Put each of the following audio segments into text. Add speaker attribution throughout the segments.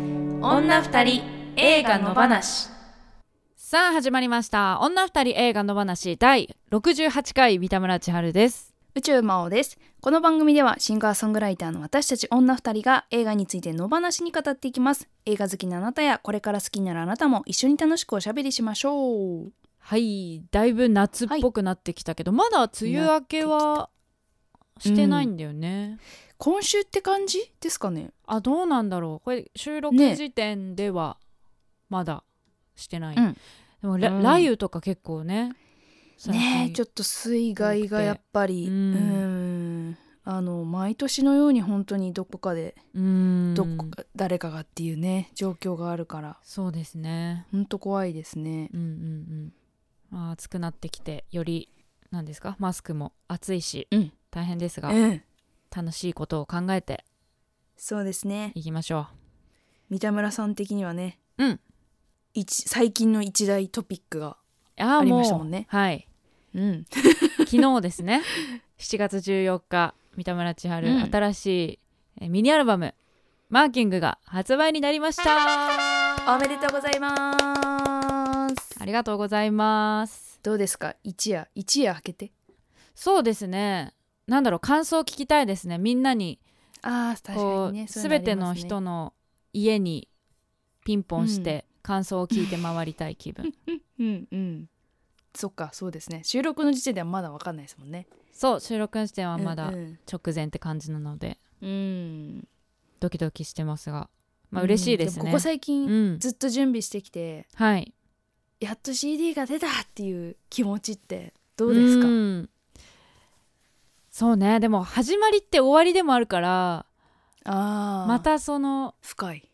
Speaker 1: 女二人映画の話
Speaker 2: さあ始まりました女二人映画の話第68回三田村千春です
Speaker 3: 宇宙魔王ですこの番組ではシンガーソングライターの私たち女二人が映画について野放しに語っていきます映画好きなあなたやこれから好きになるあなたも一緒に楽しくおしゃべりしましょう
Speaker 2: はいだいぶ夏っぽくなってきたけど、まだ梅雨明けはしてないんだよね、
Speaker 3: 今週って感じですかね
Speaker 2: あどうなんだろうこれ収録
Speaker 3: ね
Speaker 2: 時点ではまだしてない、
Speaker 3: うん
Speaker 2: でも、ら
Speaker 3: うん
Speaker 2: 雷雨とか結構ね
Speaker 3: ねえちょ
Speaker 2: っ
Speaker 3: っと水害がやっぱり
Speaker 2: う
Speaker 3: うんんあの毎年のように本当にどこかで
Speaker 2: とうん
Speaker 3: どこか誰かがっていうね状況があるから
Speaker 2: そうですね
Speaker 3: ほんと怖いですね
Speaker 2: うんうんうんまあ暑くなってきてよりなんですかマスクも暑いし、
Speaker 3: うん
Speaker 2: 大変ですが
Speaker 3: うん
Speaker 2: 楽しいことを考えて
Speaker 3: そうですね
Speaker 2: いきましょ
Speaker 3: 三田村さん的にはね
Speaker 2: ううん
Speaker 3: 一最近の一大トピックが
Speaker 2: あー
Speaker 3: あり
Speaker 2: もう
Speaker 3: ましたもんね
Speaker 2: はい
Speaker 3: うん
Speaker 2: 昨日ですね 7月14日三田村千春、
Speaker 3: うん
Speaker 2: 新しいえーミニアルバム「マーキング」が発売になりました
Speaker 3: おめでとうございます
Speaker 2: ありがとうございます
Speaker 3: どうですか一夜一夜明けて
Speaker 2: そうですねなんだろう感想を聞きたいですねみんなに
Speaker 3: ああ
Speaker 2: こう全ての人の家にピンポンして感想を聞いて回りたい気 分、
Speaker 3: うんうんそっかそうですね収録の時点ではまだわかんないですもんね
Speaker 2: そう収録時点はまだ
Speaker 3: うん
Speaker 2: 直前って感じなので、
Speaker 3: うん、うん
Speaker 2: ドキドキしてますがまあ嬉しいですね、
Speaker 3: もここ最近、
Speaker 2: うん
Speaker 3: ずっと準備してきて
Speaker 2: はい
Speaker 3: やっと CD が出たっていう気持ちってどうですか
Speaker 2: んそうねでも始まりって終わりでもあるから
Speaker 3: ああ
Speaker 2: またその
Speaker 3: 深い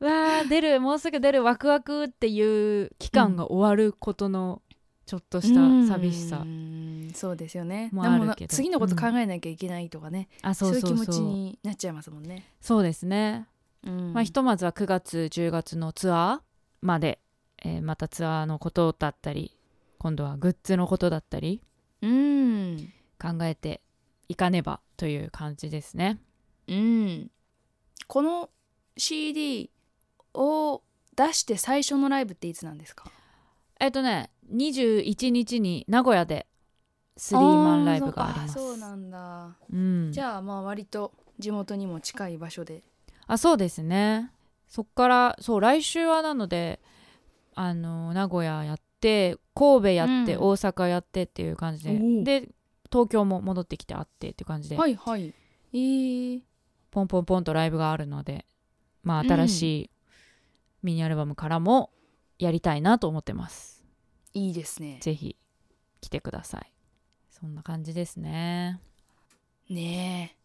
Speaker 2: うわー出るもうすぐ出るワクワクっていう期間が終わることのちょっとした寂しさ、
Speaker 3: うんそうですよね
Speaker 2: も
Speaker 3: で
Speaker 2: ある
Speaker 3: な
Speaker 2: けど
Speaker 3: 次のこと考えなきゃいけないとかね、
Speaker 2: あそうそう
Speaker 3: そうい
Speaker 2: そう
Speaker 3: う気持ちになっちゃいますもんね、
Speaker 2: そうですね
Speaker 3: うん
Speaker 2: まあ、ひとまずは9月10月のツアーまで、えーまたツアーのことだったり今度はグッズのことだったり
Speaker 3: うん
Speaker 2: 考えていかねばという感じですね。
Speaker 3: うんこの CD を出して最初のライブっていつなんですか
Speaker 2: えっ、とね21日に名古屋でスリーマンライブがあります。
Speaker 3: そうなんだ、
Speaker 2: うん
Speaker 3: じゃあまあ割と地元にも近い場所で
Speaker 2: あそうですねそっからそう来週はなのであの名古屋やって神戸やって、
Speaker 3: うん
Speaker 2: 大阪やってっていう感じで
Speaker 3: おお
Speaker 2: で東京も戻ってきてあってっていう感じで、
Speaker 3: いはいえー、
Speaker 2: ポンポンポンとライブがあるのでまあ
Speaker 3: うん
Speaker 2: 新しいミニアルバムからもやりたいなと思ってます、
Speaker 3: いいですね
Speaker 2: ぜひ来てくださいそんな感じですね、
Speaker 3: ね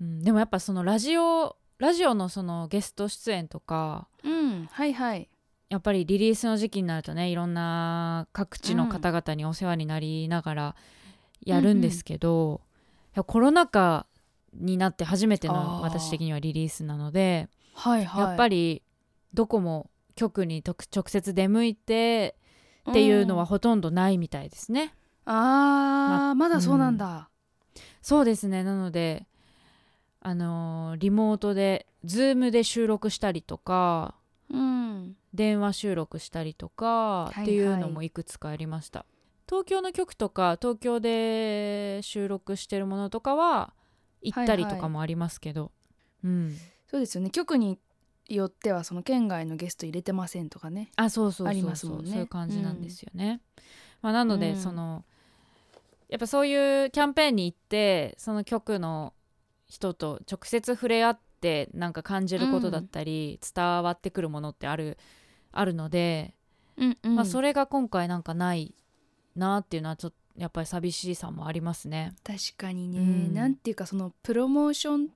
Speaker 2: うん、でもやっぱそのラジオラジオのそのゲスト出演とか
Speaker 3: えうんはいはい
Speaker 2: やっぱりリリースの時期になるとねいろんな各地の方々にお世話になりながらやるんですけど、いやコロナ禍になって初めての
Speaker 3: あー
Speaker 2: 私的にはリリースなので
Speaker 3: はいはい
Speaker 2: やっぱりどこも局にとく直接出向いてっていうのは
Speaker 3: ん
Speaker 2: ほとんどないみたいですね。
Speaker 3: あーまだそうなんだ、
Speaker 2: そうですねなのであのーリモートで Zoom で収録したりとか
Speaker 3: うん
Speaker 2: 電話収録したりとか
Speaker 3: はいはい
Speaker 2: っていうのもいくつかありました。東京の局とか東京で収録してるものとかは行ったりとかもありますけど、うん
Speaker 3: そうですよね局によってはその県外のゲスト入れてませんとかね
Speaker 2: あそうそうそうそう
Speaker 3: ありますもんね
Speaker 2: そういう感じなんですよね。まあ、なので、
Speaker 3: うん
Speaker 2: そのやっぱそういうキャンペーンに行ってその局の人と直接触れ合ってなんか感じることだったり、伝わってくるものってあるあるので、
Speaker 3: うんうん
Speaker 2: まあ、それが今回なんかないなっていうのはちょっとやっぱり寂しさもありますね。
Speaker 3: 確かにね、
Speaker 2: うん
Speaker 3: なんていうかそのプロモーション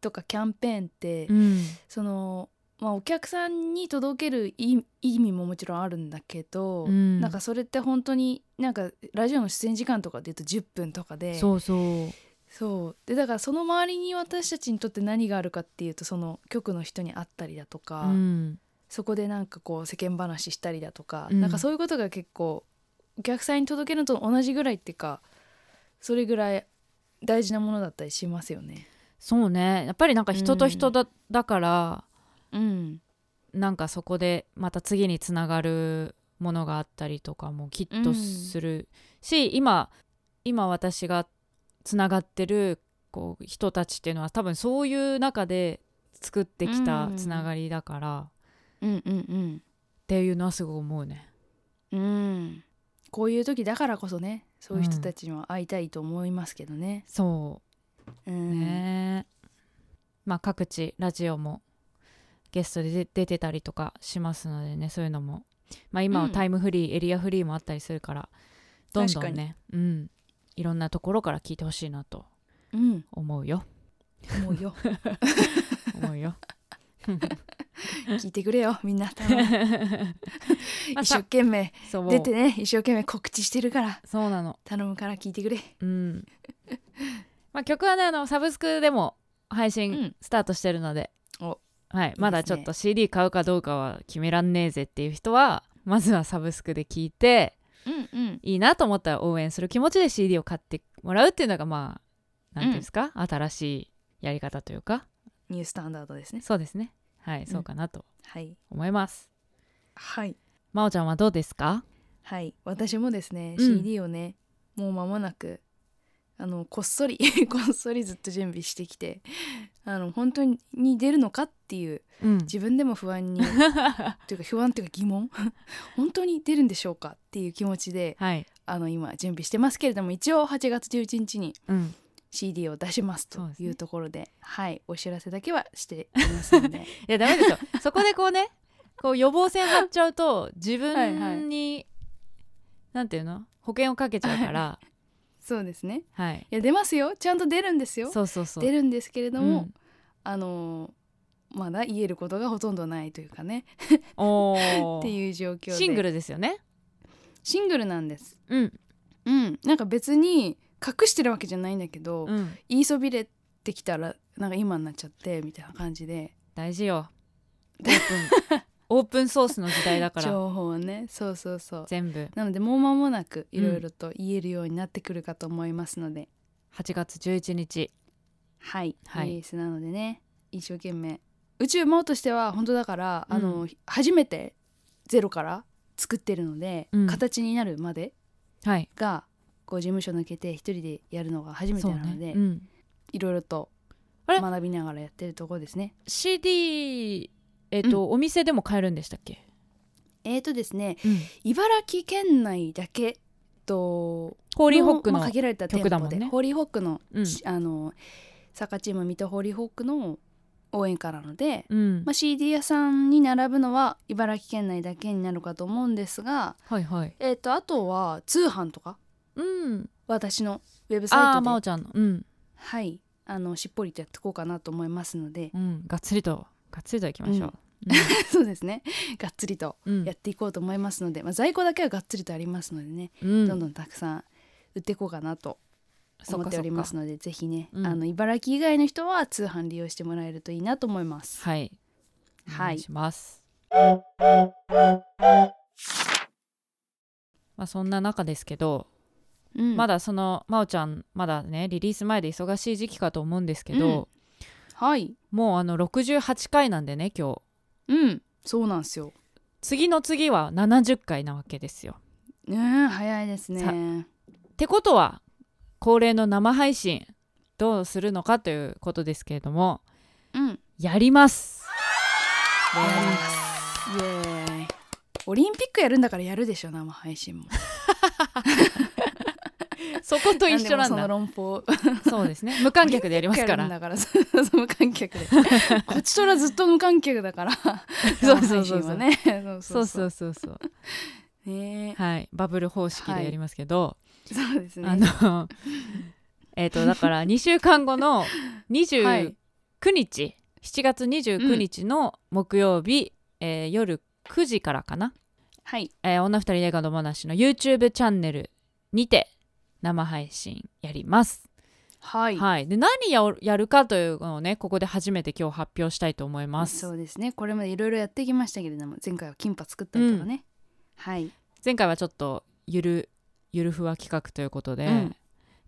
Speaker 3: とかキャンペーンって、
Speaker 2: うん、
Speaker 3: その、まあ、お客さんに届ける意意味ももちろんあるんだけど、
Speaker 2: うん
Speaker 3: なんかそれって本当になんかラジオの出演時間とかで言うと10分とかで
Speaker 2: そうそう
Speaker 3: そうでだからその周りに私たちにとって何があるかっていうとその局の人に会ったりだとか、
Speaker 2: うん
Speaker 3: そこでなんかこう世間話したりだとか、
Speaker 2: うん
Speaker 3: なんかそういうことが結構お客さんに届けるのと同じぐらいっていうかそれぐらい大事なものだったりしますよね。
Speaker 2: そうねやっぱりなんか人と人だ,、だから
Speaker 3: うん
Speaker 2: なんかそこでまた次につながるものがあったりとかもきっとするし、今今私がつながってるこう人たちっていうのは多分そういう中で作ってきたつながりだから、っ
Speaker 3: うんうん
Speaker 2: ていうのはすごい思うね。
Speaker 3: うんうんこういう時だからこそねそういう人たちには会いたいと思いますけどね。
Speaker 2: そう
Speaker 3: うん
Speaker 2: ねえまあ各地ラジオもゲストで出出てたりとかしますのでねそういうのも、まあ、今は
Speaker 3: うん
Speaker 2: タイムフリー、エリアフリーもあったりするからどんど
Speaker 3: 確か
Speaker 2: ん
Speaker 3: に
Speaker 2: ね、うん、いろんなところから聞いてほしいなと
Speaker 3: うん、
Speaker 2: 思うよ
Speaker 3: もう よ
Speaker 2: 思 うよ、
Speaker 3: 聞いてくれよみんな 頼む
Speaker 2: まあ
Speaker 3: 一生
Speaker 2: さ
Speaker 3: 懸命
Speaker 2: そう
Speaker 3: 出てね一生懸命告知してるから
Speaker 2: そうなの
Speaker 3: 頼むから聞いてくれ
Speaker 2: うんまあ曲はねあのサブスクでも配
Speaker 3: う
Speaker 2: 信
Speaker 3: ん
Speaker 2: スタートしてるので、
Speaker 3: お
Speaker 2: はい、
Speaker 3: すね
Speaker 2: まだちょっと CD 買うかどうかは決めらんねえぜっていう人はまずはサブスクで聞いて
Speaker 3: うんうん
Speaker 2: いいなと思ったら応援する気持ちで CD を買ってもらうっていうのがまあ何ていうんですか、新しいやり方というか
Speaker 3: ニュースタンダードですね
Speaker 2: そうですねはい、
Speaker 3: ん
Speaker 2: そうかなと
Speaker 3: はい
Speaker 2: 思います
Speaker 3: はい
Speaker 2: まおちゃんはどうですか
Speaker 3: はい私もですね、
Speaker 2: うん
Speaker 3: CD をねもう間もなくあのこっそり こっそりずっと準備してきてあの本当に出るのかっていう
Speaker 2: うん
Speaker 3: 自分でも不安に というか不安というか疑問 本当に出るんでしょうかっていう気持ちで
Speaker 2: はい
Speaker 3: あの今準備してますけれども一応8月11日に
Speaker 2: うん
Speaker 3: CD を出します
Speaker 2: そう
Speaker 3: と
Speaker 2: です
Speaker 3: い
Speaker 2: ね
Speaker 3: うところではいお知らせだけはしていますの で
Speaker 2: いやダメですよそこでこうねこう予防線張っちゃうと自
Speaker 3: はいはい
Speaker 2: 分になんていうの保険をかけちゃうから
Speaker 3: そうですね
Speaker 2: はい
Speaker 3: いや出ますよちゃんと出るんですよ
Speaker 2: そうそうそう
Speaker 3: 出るんですけれど
Speaker 2: う
Speaker 3: も、
Speaker 2: ん
Speaker 3: あのーまだ言えることがほとんどないというかね
Speaker 2: お
Speaker 3: って
Speaker 2: ー
Speaker 3: いう状況で
Speaker 2: シングルですよね
Speaker 3: シングルなんです
Speaker 2: うん
Speaker 3: うんなんか別に隠してるわけじゃないんだけど、
Speaker 2: うん
Speaker 3: 言いそびれてきたらなんか今になっちゃってみたいな感じで
Speaker 2: 大事よオープン オープンソースの時代だから
Speaker 3: 情報をねそうそうそう
Speaker 2: 全部
Speaker 3: なのでもう間もなくいろいろと言えるようになってくるかと思いますので、
Speaker 2: 8月11日
Speaker 3: はい、
Speaker 2: はい
Speaker 3: リリースなのでね一生懸命宇宙魔王としては本当だから、
Speaker 2: うん
Speaker 3: あの初めてゼロから作ってるので、
Speaker 2: うん
Speaker 3: 形になるまで
Speaker 2: はい
Speaker 3: がこう事務所抜けて一人でやるのが初めてなので、
Speaker 2: うん、
Speaker 3: いろいろと
Speaker 2: あれ
Speaker 3: 学びながらやってるところですね。
Speaker 2: CD えっ、と、お店でも買えるんでしたっけ、
Speaker 3: えーとですね茨城県内だけと
Speaker 2: ホーリーホックの、
Speaker 3: まあ限られた店
Speaker 2: 曲だも
Speaker 3: 舗
Speaker 2: ん
Speaker 3: で、
Speaker 2: ね
Speaker 3: ホーリーホックの,、
Speaker 2: うん
Speaker 3: あのサッカーチーム水戸ホーリーホックの応援歌なので、
Speaker 2: うん
Speaker 3: まあ、CD 屋さんに並ぶのは茨城県内だけになるかと思うんですが、
Speaker 2: はいはい
Speaker 3: えー、とあとは通販とか
Speaker 2: うん
Speaker 3: 私のウェブサ
Speaker 2: あ
Speaker 3: イ
Speaker 2: あま
Speaker 3: ト
Speaker 2: お
Speaker 3: で
Speaker 2: ちゃんのうん、
Speaker 3: はいあのしっぽりとやっていこうかなと思いますので、
Speaker 2: うん、がっつりとがっつりといきましょう、
Speaker 3: そうですねがっつりと
Speaker 2: うん
Speaker 3: やっていこうと思いますので、まあ、在庫だけはがっつりとありますのでね、
Speaker 2: うん
Speaker 3: どんどんたくさん売っていこうかなと思っております
Speaker 2: の
Speaker 3: のでぜひね、
Speaker 2: うん
Speaker 3: あの茨城以外の人は通販利用してもらえるといいなと思います。
Speaker 2: はいお
Speaker 3: は
Speaker 2: 願
Speaker 3: い
Speaker 2: いします、まあそんな中ですけど、
Speaker 3: うん
Speaker 2: まだそのまおちゃんまだねリリース前で忙しい時期かと思うんですけど、
Speaker 3: はい、
Speaker 2: もうあの68回なんでね今日
Speaker 3: うん、そうなんですよ。
Speaker 2: 次の次は70回なわけですよ。
Speaker 3: ねえ、早いですね。
Speaker 2: ってことは恒例の生配信どうするのかということですけれども
Speaker 3: うん、
Speaker 2: やります
Speaker 3: やります。イエーイ。オリンピックやるんだからやるでしょ生配信も。
Speaker 2: そこと 一
Speaker 3: で
Speaker 2: 緒なん
Speaker 3: もその
Speaker 2: だ
Speaker 3: 論法。
Speaker 2: そうですね無観客でやりますか
Speaker 3: オリン
Speaker 2: ら
Speaker 3: ピックやるんだから、そう無観客 で。こっちとらずっと無観客だから。
Speaker 2: そうそうそうそう
Speaker 3: 生配信はね。 そう
Speaker 2: そ
Speaker 3: そうう
Speaker 2: そ
Speaker 3: そうう。
Speaker 2: そうそう
Speaker 3: ね
Speaker 2: はいバブル方式でやりますけど、
Speaker 3: え、そうですね。
Speaker 2: あのえっと だから2週間後の
Speaker 3: はい
Speaker 2: 29日、7月29日の木曜日、えー夜9時からかな
Speaker 3: はい。
Speaker 2: えー女二人映画の話の YouTube チャンネルにて生配信やります。
Speaker 3: は
Speaker 2: はい、
Speaker 3: い。
Speaker 2: で何やおやるかというのをねここで初めて今日発表したいと思います
Speaker 3: そ。うですね。これまでいろいろやってきましたけれども、前回は金髪作ったりとかね。はい。
Speaker 2: 前回はちょっとゆるゆるふわ企画ということで、
Speaker 3: うん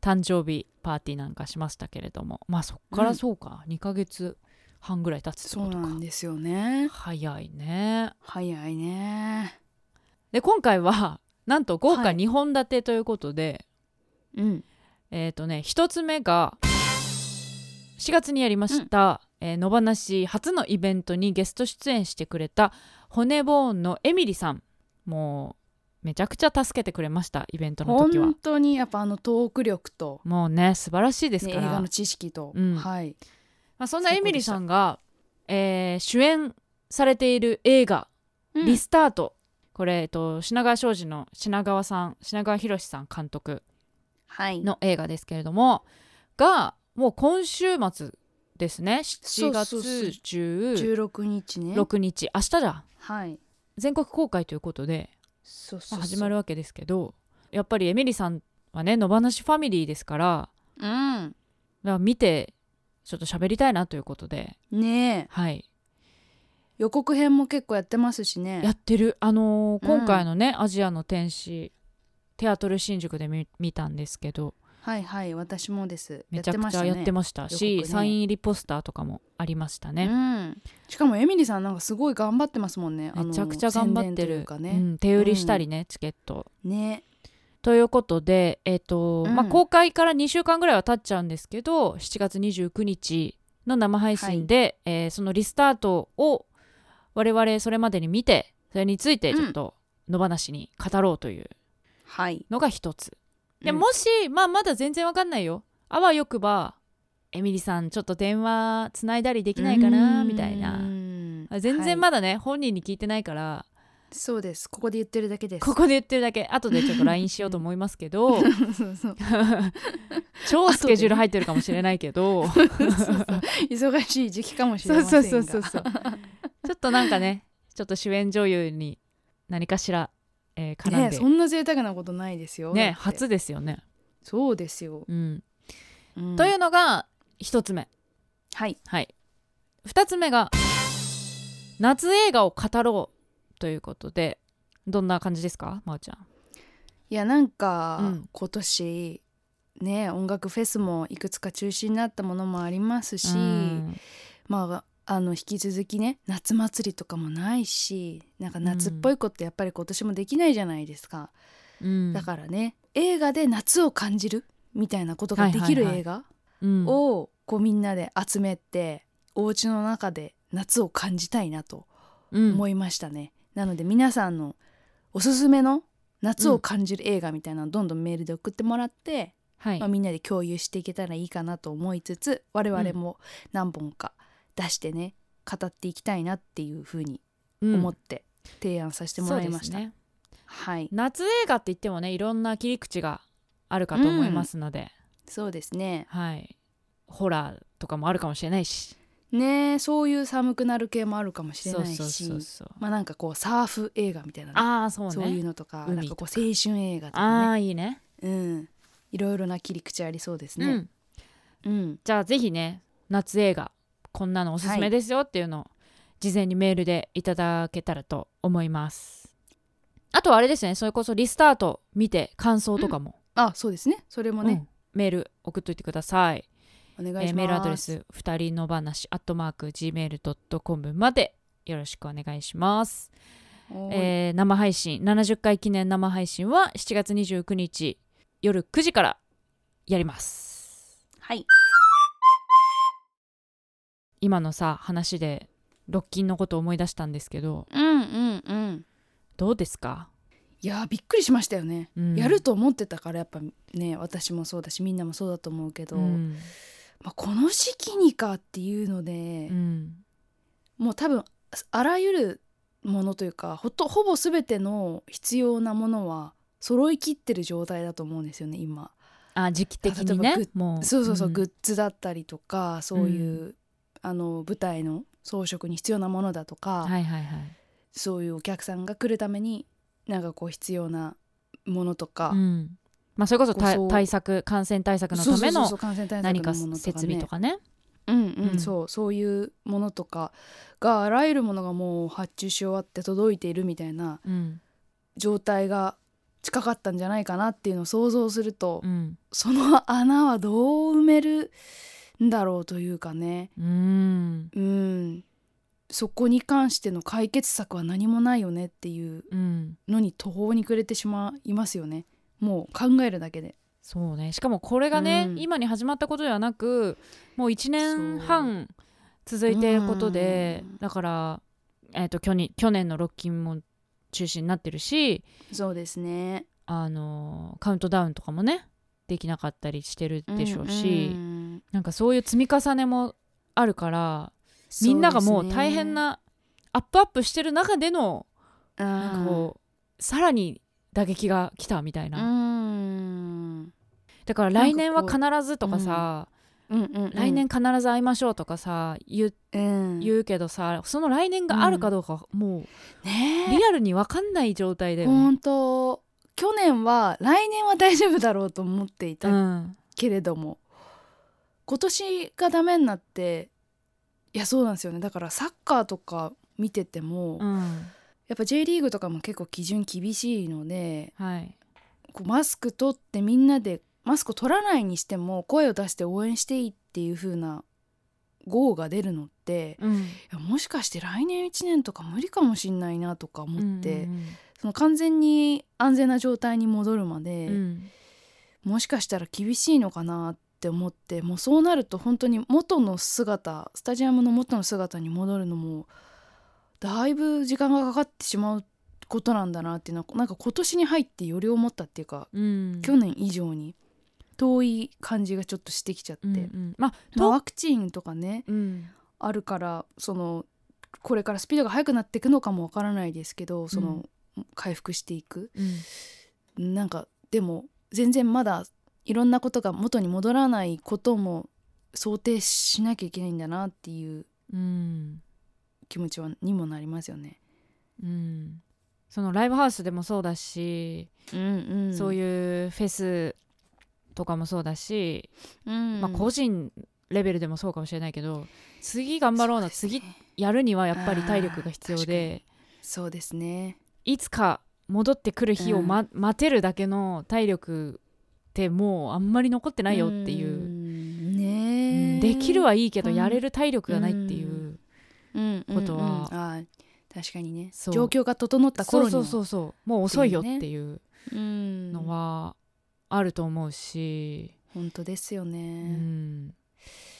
Speaker 2: 誕生日パーティーなんかしましたけれどもまあそっ
Speaker 3: う
Speaker 2: か
Speaker 3: ん
Speaker 2: らそうか、2ヶ月半ぐらい経つって
Speaker 3: そう
Speaker 2: こと
Speaker 3: な
Speaker 2: か
Speaker 3: んですよね
Speaker 2: 早いね
Speaker 3: 早いね
Speaker 2: で今回は なんと豪華
Speaker 3: はい
Speaker 2: 2本立てということで、
Speaker 3: うん
Speaker 2: えっ、とね1つ目が4月にやりました、えー野放し初のイベントにゲスト出演してくれた骨ボーンのエミリさんもうめちゃくちゃ助けてくれましたイベントの時は
Speaker 3: 本当にやっぱあのトーク力と、
Speaker 2: もうね素晴らしいです
Speaker 3: ね、映
Speaker 2: から、
Speaker 3: 画の知識と、
Speaker 2: うん
Speaker 3: はい
Speaker 2: まあ、そんな
Speaker 3: 最
Speaker 2: エ
Speaker 3: 高でした
Speaker 2: ミリさんが、えー主演されている映画「リスタート」これ、えっと、品川庄司の品川さん品川博さん監督
Speaker 3: はい
Speaker 2: の映画ですけれどもがもう今週末ですね
Speaker 3: そ
Speaker 2: 7
Speaker 3: う
Speaker 2: 月
Speaker 3: そうそう
Speaker 2: 16
Speaker 3: 16日ね
Speaker 2: 日明日だ
Speaker 3: はい
Speaker 2: 全国公開ということで、
Speaker 3: そうそ
Speaker 2: ま
Speaker 3: う
Speaker 2: あ
Speaker 3: そう
Speaker 2: 始まるわけですけどやっぱりエミリさんはね野放しファミリーですから
Speaker 3: うん
Speaker 2: だから見てちょっと喋りたいなということで
Speaker 3: ねえ
Speaker 2: はい
Speaker 3: 予告編も結構やってますし
Speaker 2: や
Speaker 3: ね
Speaker 2: ってるあのー
Speaker 3: うん
Speaker 2: 今回のね、アジアの天使テアトル新宿で見見たんですけど
Speaker 3: はいはい私もです
Speaker 2: めちゃくちゃやってましたし
Speaker 3: 予告ね
Speaker 2: サイン入りポスターとかもありましたね、
Speaker 3: うん、しかもエミリさんなんかすごい頑張ってますもんね
Speaker 2: めちゃくちゃ頑
Speaker 3: あ
Speaker 2: 張って
Speaker 3: の宣伝とい
Speaker 2: る
Speaker 3: うか
Speaker 2: う
Speaker 3: ね,、
Speaker 2: ん、手売りしたりね、チケット
Speaker 3: ね
Speaker 2: ということで、えっと
Speaker 3: うん
Speaker 2: まあ、公開から2週間ぐらいは経っちゃうんですけど7月29日の生配信で、えーそのリスタートを我々それまでに見てそれについてちょっと野放しに語ろうという
Speaker 3: はい
Speaker 2: のが一つ、で
Speaker 3: うん
Speaker 2: もし、まあ、まだ全然わかんないよあわよくばエミリさんちょっと電話つないだりできないかなみたいうなんあ全然
Speaker 3: は
Speaker 2: まだね、本人に聞いてないから
Speaker 3: いそうですここで言ってるだけです
Speaker 2: ここで言ってるだけ後でちょっと LINE しようと思いますけど
Speaker 3: そうそう
Speaker 2: 超スケジュール入ってるかもしれないけどそう
Speaker 3: 忙しい時期かもしれ
Speaker 2: そ
Speaker 3: ま
Speaker 2: う
Speaker 3: せん
Speaker 2: そう
Speaker 3: が
Speaker 2: そうそうちょっとなんかねちょっと主演女優に何かしら、えー絡
Speaker 3: ね
Speaker 2: んで
Speaker 3: そんな贅沢なことないですよ
Speaker 2: ね
Speaker 3: だって
Speaker 2: 初ですよね、
Speaker 3: そうですよ、
Speaker 2: うん、
Speaker 3: うん
Speaker 2: というのが一つ目
Speaker 3: はい
Speaker 2: はい。二つ目が、夏映画を語ろうということで、どんな感じですか、まおちゃん。
Speaker 3: いやなんか、
Speaker 2: うん
Speaker 3: 今年ね音楽フェスもいくつか中止になったものもありますし、
Speaker 2: うん
Speaker 3: まあ、あの引き続きね夏祭りとかもないしなんか夏っぽいことやっぱり今年もできないじゃないですか、
Speaker 2: うん
Speaker 3: だからね映画で夏を感じるみたいなことができる映画
Speaker 2: うん
Speaker 3: をこうみんなで集めてお家の中で夏を感じたいなと
Speaker 2: うん
Speaker 3: 思いましたね、なので皆さんのおすすめの夏を感じる映画みたいなのをどんどんメールで送ってもらって、
Speaker 2: はい
Speaker 3: まあ、みんなで共有していけたらいいかなと思いつつ我々も何本か出してね語っていきたいなっていうふうに
Speaker 2: うん
Speaker 3: 思って提案させてもらいました、
Speaker 2: そうですね
Speaker 3: はい
Speaker 2: 夏映画って言ってもね、いろんな切り口があるかと思いますので、
Speaker 3: そうですね
Speaker 2: はい。ホラーとかもあるかもしれないし、
Speaker 3: ねえそういう寒くなる系もあるかもしれないし
Speaker 2: そうそうそうそう。
Speaker 3: まあなんかこうサーフ映画みたいなね
Speaker 2: ああ、そうね。
Speaker 3: そういうのとか
Speaker 2: 海
Speaker 3: なんかこう青春映画とか
Speaker 2: ああ、
Speaker 3: ね
Speaker 2: いいね。
Speaker 3: うんいろいろな切り口ありそうです
Speaker 2: う
Speaker 3: ね
Speaker 2: ん。
Speaker 3: うん、
Speaker 2: じゃあぜひね夏映画こんなのおすすめですよっていうのを事前にメールでいただけたらと思いますあとはあれですねそれこそリスタート見て感想とかも、
Speaker 3: あそうですねそれも
Speaker 2: う
Speaker 3: ね、
Speaker 2: んメール送っといてください
Speaker 3: お願いします、
Speaker 2: えーメールアドレス二人の話アットマーク gmail.com までよろしくお願いします、
Speaker 3: おーい
Speaker 2: えー生配信70回記念生配信は7月29日夜9時からやります
Speaker 3: はい
Speaker 2: 今のさ話でロッキンのことを思い出したんですけど
Speaker 3: うんうんうん
Speaker 2: どうですか、
Speaker 3: いやーびっくりしましたよね、
Speaker 2: うん
Speaker 3: やると思ってたからやっぱね私もそうだしみんなもそうだと思うけど、
Speaker 2: うん
Speaker 3: まあ、この時期にかっていうので
Speaker 2: う、ん
Speaker 3: もう多分あらゆるものというかほとほぼ全ての必要なものは揃いきってる状態だと思うんですよね今。
Speaker 2: あ時期的に
Speaker 3: 例えばグ
Speaker 2: ね
Speaker 3: ッ
Speaker 2: もう
Speaker 3: そうそうそう、
Speaker 2: ん
Speaker 3: グッズだったりとかそういう、あの舞台の装飾に必要なものだとか、
Speaker 2: はいはいはい
Speaker 3: そういうお客さんが来るためになんかこう必要なものとか、
Speaker 2: うんまあ、それこそた
Speaker 3: そう
Speaker 2: 対策感染対策の
Speaker 3: そう
Speaker 2: た
Speaker 3: そう
Speaker 2: め
Speaker 3: そう
Speaker 2: の
Speaker 3: そう感染対策
Speaker 2: 何
Speaker 3: の
Speaker 2: か
Speaker 3: ものとか、ね、
Speaker 2: 設備とかね
Speaker 3: うんうん、
Speaker 2: うん
Speaker 3: そうそういうものとかがあらゆるものがもう発注し終わって届いているみたいな
Speaker 2: うん
Speaker 3: 状態が近かったんじゃないかなっていうのを想像すると、
Speaker 2: うん
Speaker 3: その穴はどう埋めるんだろうというかね
Speaker 2: うん
Speaker 3: うんそこに関しての解決策は何もないよねっていう
Speaker 2: うん
Speaker 3: のに途方に暮れてしまいますよねもう考えるだけで
Speaker 2: そうねしかもこれがね、
Speaker 3: うん
Speaker 2: 今に始まったことではなくもう1年半続いていることで
Speaker 3: うん
Speaker 2: だから、えー、と去に去年のロッキンも中止になってるし
Speaker 3: そうですね
Speaker 2: あのーカウントダウンとかもねできなかったりしてるでしょうし、
Speaker 3: ん
Speaker 2: なんかそういう積み重ねもあるからみんながもう大変なアップアップしてる中でのなんかこうさらに打撃が来たみたい
Speaker 3: うん
Speaker 2: な、だから来年は必ずとかさ
Speaker 3: うんうんうん
Speaker 2: 来年必ず会いましょうとかさ言う
Speaker 3: うん
Speaker 2: 言うけどさその来年があるかどうかもう
Speaker 3: ね
Speaker 2: リアルに分かんない状態だ
Speaker 3: え
Speaker 2: よね。
Speaker 3: 本当去年は来年は大丈夫だろうと思っていうた
Speaker 2: ん
Speaker 3: けれども、今年がダメになっていやそうなんですよねだからサッカーとか見てても、
Speaker 2: う
Speaker 3: や
Speaker 2: ん
Speaker 3: っぱ J リーグとかも結構基準厳しいので
Speaker 2: はい
Speaker 3: こうマスク取ってみんなでマスク取らないにしても声を出して応援していいっていう風な号が出るのって
Speaker 2: うん
Speaker 3: いやもしかして来年1年とか無理かもしんないなとか思って、
Speaker 2: うん
Speaker 3: その完全に安全な状態に戻るまで、
Speaker 2: うんうん
Speaker 3: もしかしたら厳しいのかなって思ってもうそうなると本当に元の姿スタジアムの元の姿に戻るのもだいぶ時間がかかってしまうことなんだなっていうのはなんか今年に入ってより思ったっていうか、
Speaker 2: うん
Speaker 3: 去年以上に遠い感じがちょっとしてきちゃって、
Speaker 2: うんうんまあ
Speaker 3: まあ
Speaker 2: と
Speaker 3: ワクチンとかね
Speaker 2: うん
Speaker 3: あるからそのこれからスピードが速くなっていくのかもわからないですけどその、回復していく
Speaker 2: うん
Speaker 3: なんかでも全然まだいろんなことが元に戻らないことも想定しなきゃいけないんだなっていう
Speaker 2: うん
Speaker 3: 気持ちはにもなりますよね。
Speaker 2: うんそのライブハウスでもそうだし、
Speaker 3: うんうん、
Speaker 2: そう
Speaker 3: う、
Speaker 2: いうフェスとかもそうだし、
Speaker 3: ん
Speaker 2: まあ、個人レベルでもそうかもしれないけど次頑張ろうな次やるにはやっぱり体力が必要で
Speaker 3: そうですね。
Speaker 2: いつか戻ってくる日を、ま待てるだけの体力ってもうあんまり残ってないよっていうう、
Speaker 3: ん
Speaker 2: う
Speaker 3: ねえ
Speaker 2: んできるはいいけど
Speaker 3: うん
Speaker 2: やれる体力がないっていう、ことは
Speaker 3: うんうんうんあー確かにね
Speaker 2: そう
Speaker 3: 状況が整った
Speaker 2: そ
Speaker 3: 頃
Speaker 2: う
Speaker 3: に
Speaker 2: そう
Speaker 3: は
Speaker 2: そうそうもう遅いよっていう
Speaker 3: うん
Speaker 2: のはあると思うし。
Speaker 3: 本当ですよ
Speaker 2: う
Speaker 3: ね。
Speaker 2: ん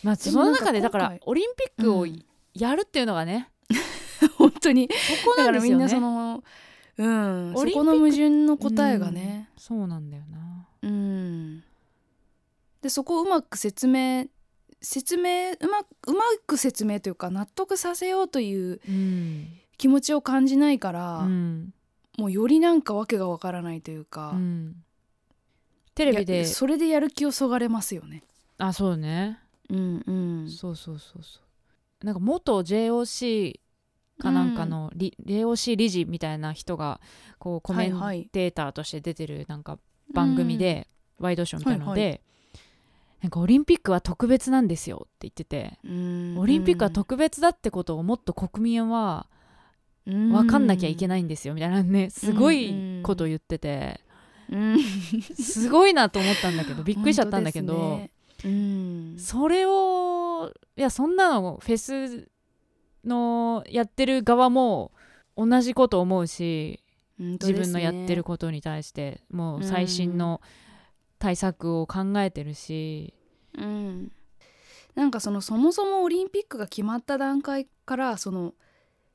Speaker 2: まあ、
Speaker 3: で
Speaker 2: そ
Speaker 3: も
Speaker 2: の
Speaker 3: なんか
Speaker 2: 中でだか
Speaker 3: 今
Speaker 2: ら
Speaker 3: 回
Speaker 2: オリンピックを
Speaker 3: うん
Speaker 2: やるっていうのがね、
Speaker 3: 本当に
Speaker 2: そこ
Speaker 3: だか
Speaker 2: なんで
Speaker 3: らみ
Speaker 2: す
Speaker 3: ん
Speaker 2: よ
Speaker 3: な
Speaker 2: ね
Speaker 3: そのうん
Speaker 2: オ
Speaker 3: そ
Speaker 2: リンピック
Speaker 3: この矛盾の答えがね。
Speaker 2: うんそうなんだよな
Speaker 3: うん、でそこをうまく説明説明うまうまく説明というか納得させようという
Speaker 2: うん、
Speaker 3: 気持ちを感じないか
Speaker 2: う
Speaker 3: ら、
Speaker 2: ん
Speaker 3: もうよりなんかわけがわからないというか、
Speaker 2: うんテレビ
Speaker 3: い
Speaker 2: で
Speaker 3: やそれでやる気をそがれますよね。
Speaker 2: あそうね、
Speaker 3: うんうん、
Speaker 2: そうそうそうそうなんか元 JOC かなんかの、り JOC 理事みたいな人がこうコメン
Speaker 3: はいはい
Speaker 2: テーターとして出てるなんか番組で、ワイドショーみたいなので、
Speaker 3: はい
Speaker 2: なんかオリンピックは特別なんですよって言ってて。
Speaker 3: うん、
Speaker 2: オリンピックは特別だってことをもっと国民は分かんなきゃいけないんですよみたいなねすごいことを言ってて
Speaker 3: うん、うん
Speaker 2: すごいなと思ったんだけどびっくりしちゃったんだけど、
Speaker 3: 本当ですね
Speaker 2: それをいやそんなのフェスのやってる側も同じこと思うし
Speaker 3: うん、
Speaker 2: 自分のやってる
Speaker 3: こ
Speaker 2: ことに対してもう最新の対策を考えてるし。
Speaker 3: と、うん、なんかそのそもそもオリンピックが決まった段階からその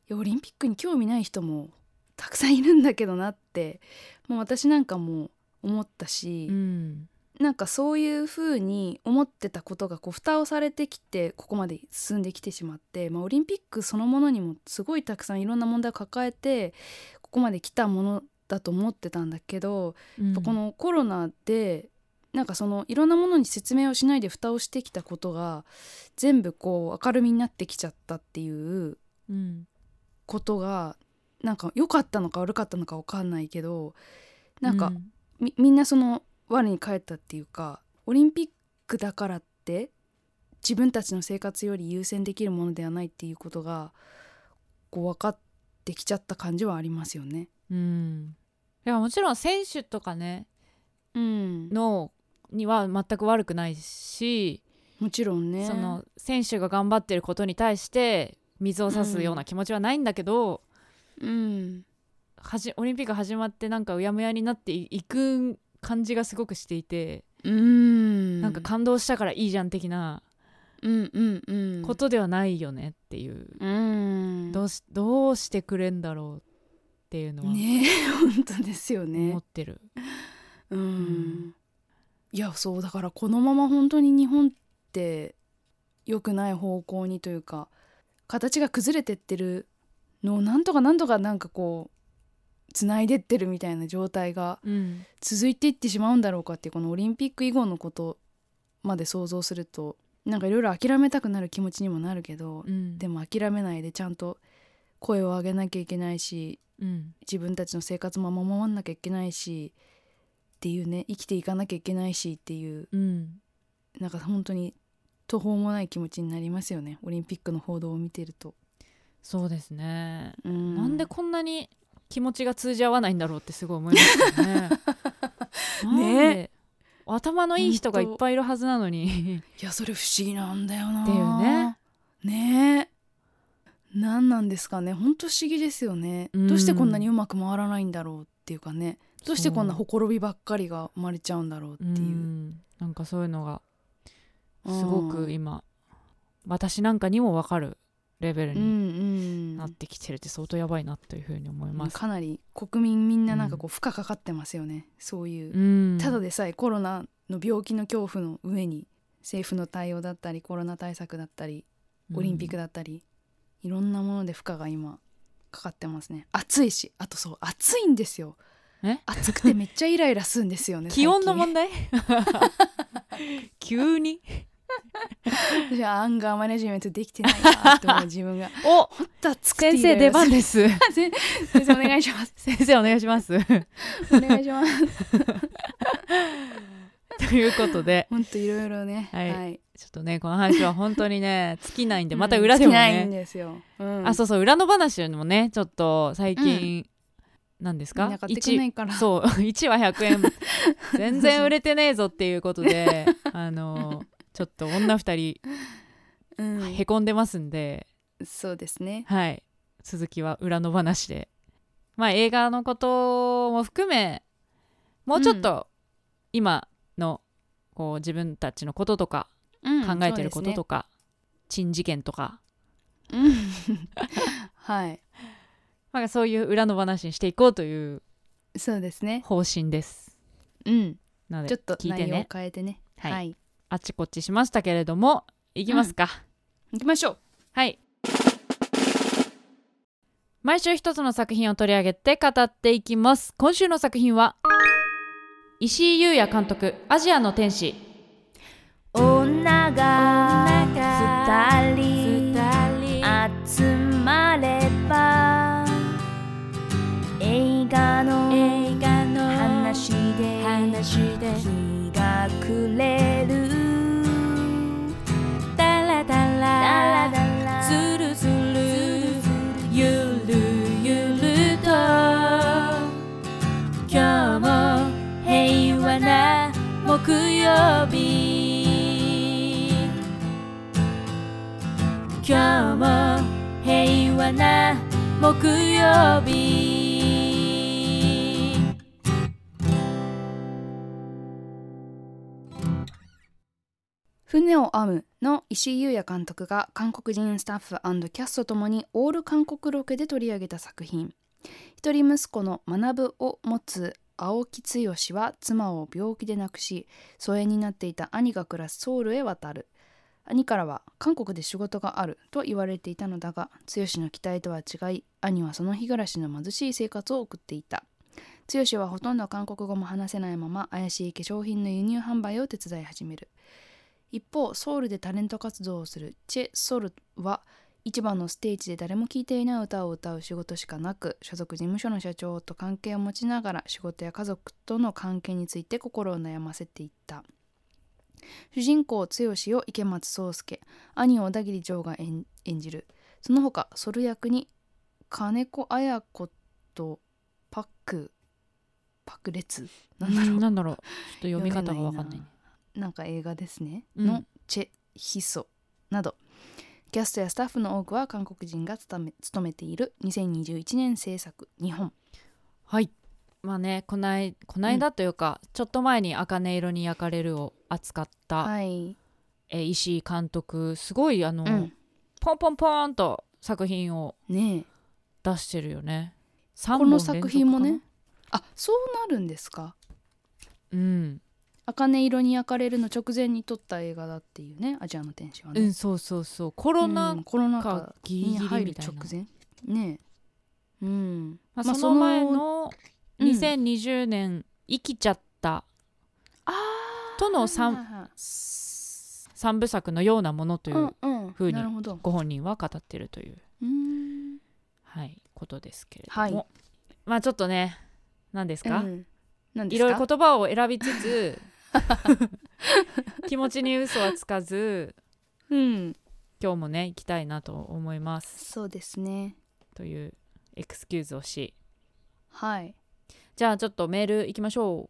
Speaker 3: いやオリンピックに興味ない人もたくさんいるんだけどなってもう私なんかも思ったし、
Speaker 2: うん
Speaker 3: なんかそういう風に思ってたことがこう蓋をされてきてここまで進んできてしまって、まあ、オリンピックそのものにもすごいたくさんいろんな問題を抱えてここまで来たものだと思ってたんだけど、やっぱこのコロナでなんかそのいろんなものに説明をしないで蓋をしてきたことが全部こう明るみになってきちゃったっていう
Speaker 2: うん
Speaker 3: ことがなんか良かったのか悪かったのか分かんないけどなんか
Speaker 2: うん
Speaker 3: みみんなその我に返ったっていうかオリンピックだからって自分たちの生活より優先できるものではないっていうことがこう分かってきちゃった感じはありますよね。
Speaker 2: うんいやもちろん選手とかね
Speaker 3: うん、
Speaker 2: のには全く悪くないし、
Speaker 3: もちろんね
Speaker 2: その選手が頑張ってることに対して水を差すような気持ちはないんだけど、
Speaker 3: うん
Speaker 2: はじオリンピック始まってなんかうやむやになっていいく感じがすごくしていて、
Speaker 3: うん
Speaker 2: なんか感動したからいいじゃん的な
Speaker 3: うんうんうん
Speaker 2: ことではないよねっていう、
Speaker 3: うん
Speaker 2: どうしどうしてくれんだろうっていうのは
Speaker 3: ねえ本当ですよね
Speaker 2: 思ってる、
Speaker 3: うん、
Speaker 2: ん
Speaker 3: いやそうだからこのまま本当に日本って良くない方向にというか形が崩れてってるのをなんとかなんとかなんかこうつないでってるみたいな状態が
Speaker 2: うん
Speaker 3: 続いていってしまうんだろうかっていうこのオリンピック以後のことまで想像するとなんかいろいろ諦めたくなる気持ちにもなるけど、
Speaker 2: うん、
Speaker 3: で
Speaker 2: も、
Speaker 3: も諦めないでちゃんと声を上げなきゃいけないし
Speaker 2: うん
Speaker 3: 自分たちの生活も守らなきゃいけないしっていうね生きていかなきゃいけないしっていう
Speaker 2: うん、
Speaker 3: なんか本当に途方もない気持ちになりますよねオリンピックの報道を見てると。
Speaker 2: そうですね
Speaker 3: うん
Speaker 2: なんでこんなに気持ちが通じ合わないんだろうってすごい思いますよ ね。なんで頭のいい人がいっぱいいるはずなのに
Speaker 3: いやそれ不思議なんだよな
Speaker 2: っていう
Speaker 3: ね。ねえ。何なんですかね本当不思議ですよね、
Speaker 2: うん
Speaker 3: どうしてこんなにうまく回らないんだろうっていうかねどうしてこんなほころびばっかりが生まれちゃうんだろうって
Speaker 2: う
Speaker 3: いう。
Speaker 2: んなんかそういうのが
Speaker 3: うん
Speaker 2: すごく今私なんかにも分かるレベル
Speaker 3: う
Speaker 2: に
Speaker 3: ん
Speaker 2: な
Speaker 3: う
Speaker 2: っ
Speaker 3: ん、
Speaker 2: てきてるって相当やばいなというふうに思います。
Speaker 3: かなり国民みんななんかこう負荷かかってますよね、そういう
Speaker 2: うん、
Speaker 3: ただでさえコロナの病気の恐怖の上に政府の対応だったりコロナ対策だったりオリンピック
Speaker 2: だ、
Speaker 3: だったり、いろんなもので負荷が今かかってますね暑いしあとそう暑いんですよ
Speaker 2: え
Speaker 3: 暑くてめっちゃイライラするんですよね
Speaker 2: 気温の
Speaker 3: 最近
Speaker 2: 問題急に
Speaker 3: 私はアンガーマネジメントできてないなって思う自 分が
Speaker 2: お
Speaker 3: 本当暑くて
Speaker 2: 先
Speaker 3: イラ
Speaker 2: 生
Speaker 3: イ
Speaker 2: 出
Speaker 3: ラす
Speaker 2: 番
Speaker 3: る
Speaker 2: です
Speaker 3: 先生お願いします
Speaker 2: 先生お願いします
Speaker 3: お願いします
Speaker 2: ということで
Speaker 3: 本当いろいろね
Speaker 2: はいちょっとねこの話は本当にね 尽きないんでまた
Speaker 3: うん
Speaker 2: 裏でも
Speaker 3: 尽きないん
Speaker 2: ね、
Speaker 3: ですよ、うん
Speaker 2: あそうそう裏の話もねちょっと最近、なんです
Speaker 3: み
Speaker 2: か
Speaker 3: んな買ってこな
Speaker 2: 1
Speaker 3: いから
Speaker 2: そう1 は100円全然売れてねえぞっていうこと であのちょっと女2
Speaker 3: う
Speaker 2: 人
Speaker 3: ん
Speaker 2: へこんでますんで、
Speaker 3: そうですね
Speaker 2: はい続きは裏の話でまあ映画のことも含めもうちょっと今のこう自分たちのこととか
Speaker 3: うん
Speaker 2: 考えてること
Speaker 3: そうですね
Speaker 2: とか、珍事件とか
Speaker 3: うん はい
Speaker 2: まあ、そういう裏の話にしていこうという
Speaker 3: そうですね
Speaker 2: 方針です。
Speaker 3: うん
Speaker 2: なの
Speaker 3: ちょ
Speaker 2: で
Speaker 3: っと
Speaker 2: 聞いて
Speaker 3: 内容を
Speaker 2: ね
Speaker 3: 変えてね
Speaker 2: はい
Speaker 3: い、
Speaker 2: あちこちしましたけれどもいきますか、
Speaker 3: 行きましょう
Speaker 2: はい毎週一つの作品を取り上げて語っていきます今週の作品は石井優也監督「アジアの天使
Speaker 1: 女が二」人
Speaker 2: 人
Speaker 1: 集まれば映画の話で日が暮れるダラダラズルズルゆるゆると今日も平和な木曜日今日も平和な木曜日
Speaker 3: 船を編むの石井優也監督が韓国人スタッフキャストともにオール韓国ロケで取り上げた作品一人息子の学を持つ青木剛は妻を病気で亡くし疎遠になっていた兄が暮らすソウルへ渡る兄からは韓国で仕事があると言われていたのだが剛の期待とは違い兄はその日暮らしの貧しい生活を送っていた剛はほとんど韓国語も話せないまま怪しい化粧品の輸入販売を手伝い始める一方ソウルでタレント活動をするチェ・ソルは一番のステージで誰も聴いていない歌を歌う仕事しかなく所属事務所の社長と関係を持ちながら仕事や家族との関係について心を悩ませていった主人公剛を池松壮亮兄を小田切丈が演演じるその他ソル役に金子綾子とパック爆裂なんだろう、
Speaker 2: なんだろうちょっと読み方がわかんないね
Speaker 3: なんか映画ですね、
Speaker 2: うん
Speaker 3: のチェ・ヒソなどキャストやスタッフの多くは韓国人が務め務めている2021年制作日本
Speaker 2: はいまあねこないこないだというか、ちょっと前に「茜色に焼かれる」を扱った、
Speaker 3: はい、
Speaker 2: えー石井監督すごいあの、
Speaker 3: うん、
Speaker 2: ポンポンポーンと作品を
Speaker 3: ねえ
Speaker 2: 出してるよね
Speaker 3: こ
Speaker 2: 3本
Speaker 3: の
Speaker 2: 連続
Speaker 3: 作品も
Speaker 2: か
Speaker 3: ね
Speaker 2: な
Speaker 3: あそうなるんですか
Speaker 2: うん、
Speaker 3: 茜色に焼かれるの直前に撮った映画だっていうねアジアの天使は
Speaker 2: う
Speaker 3: ね、
Speaker 2: ん、そうそうそうコロナ
Speaker 3: うんコロナ
Speaker 2: 禍
Speaker 3: 禍
Speaker 2: ギリ
Speaker 3: に
Speaker 2: ギリ
Speaker 3: 入
Speaker 2: み
Speaker 3: る
Speaker 2: たい
Speaker 3: 直
Speaker 2: な、
Speaker 3: 前ねえうん
Speaker 2: まあ
Speaker 3: まあ
Speaker 2: その前の
Speaker 3: うん
Speaker 2: 2020年「生きちゃった
Speaker 3: あー
Speaker 2: との三
Speaker 3: はいはいはい」
Speaker 2: 三部作のようなものという
Speaker 3: うんうん
Speaker 2: ふうに
Speaker 3: なるほど
Speaker 2: ご本人は語ってるという、
Speaker 3: うーん
Speaker 2: はい、ことですけれども、
Speaker 3: はい
Speaker 2: まあちょっとね何ですか、
Speaker 3: うん、何で
Speaker 2: い
Speaker 3: すか
Speaker 2: ろいろ言葉を選びつつ 気持ちに嘘はつかず
Speaker 3: うん
Speaker 2: 今日もね行きたいなと思います
Speaker 3: そうですね
Speaker 2: というエクスキューズをし
Speaker 3: はい
Speaker 2: じゃあちょっとメール行きましょ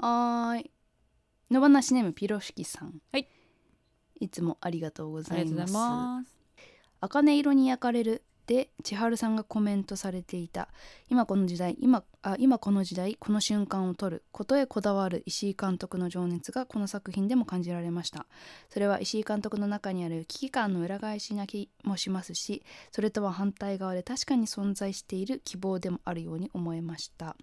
Speaker 2: う
Speaker 3: はーい野放しネームピロシキさん
Speaker 2: はい
Speaker 3: いつもありがとうご
Speaker 2: あ
Speaker 3: ざ
Speaker 2: り
Speaker 3: い
Speaker 2: がとうご
Speaker 3: ま
Speaker 2: ざい
Speaker 3: す
Speaker 2: ます
Speaker 3: 茜色に焼かれるで千春さんがコメントされていた今この時代今あ今この時代この瞬間を撮ることへこだわる石井監督の情熱がこの作品でも感じられましたそれは石井監督の中にある危機感の裏返しな気もしますしそれとは反対側で確かに存在している希望でもあるように思えました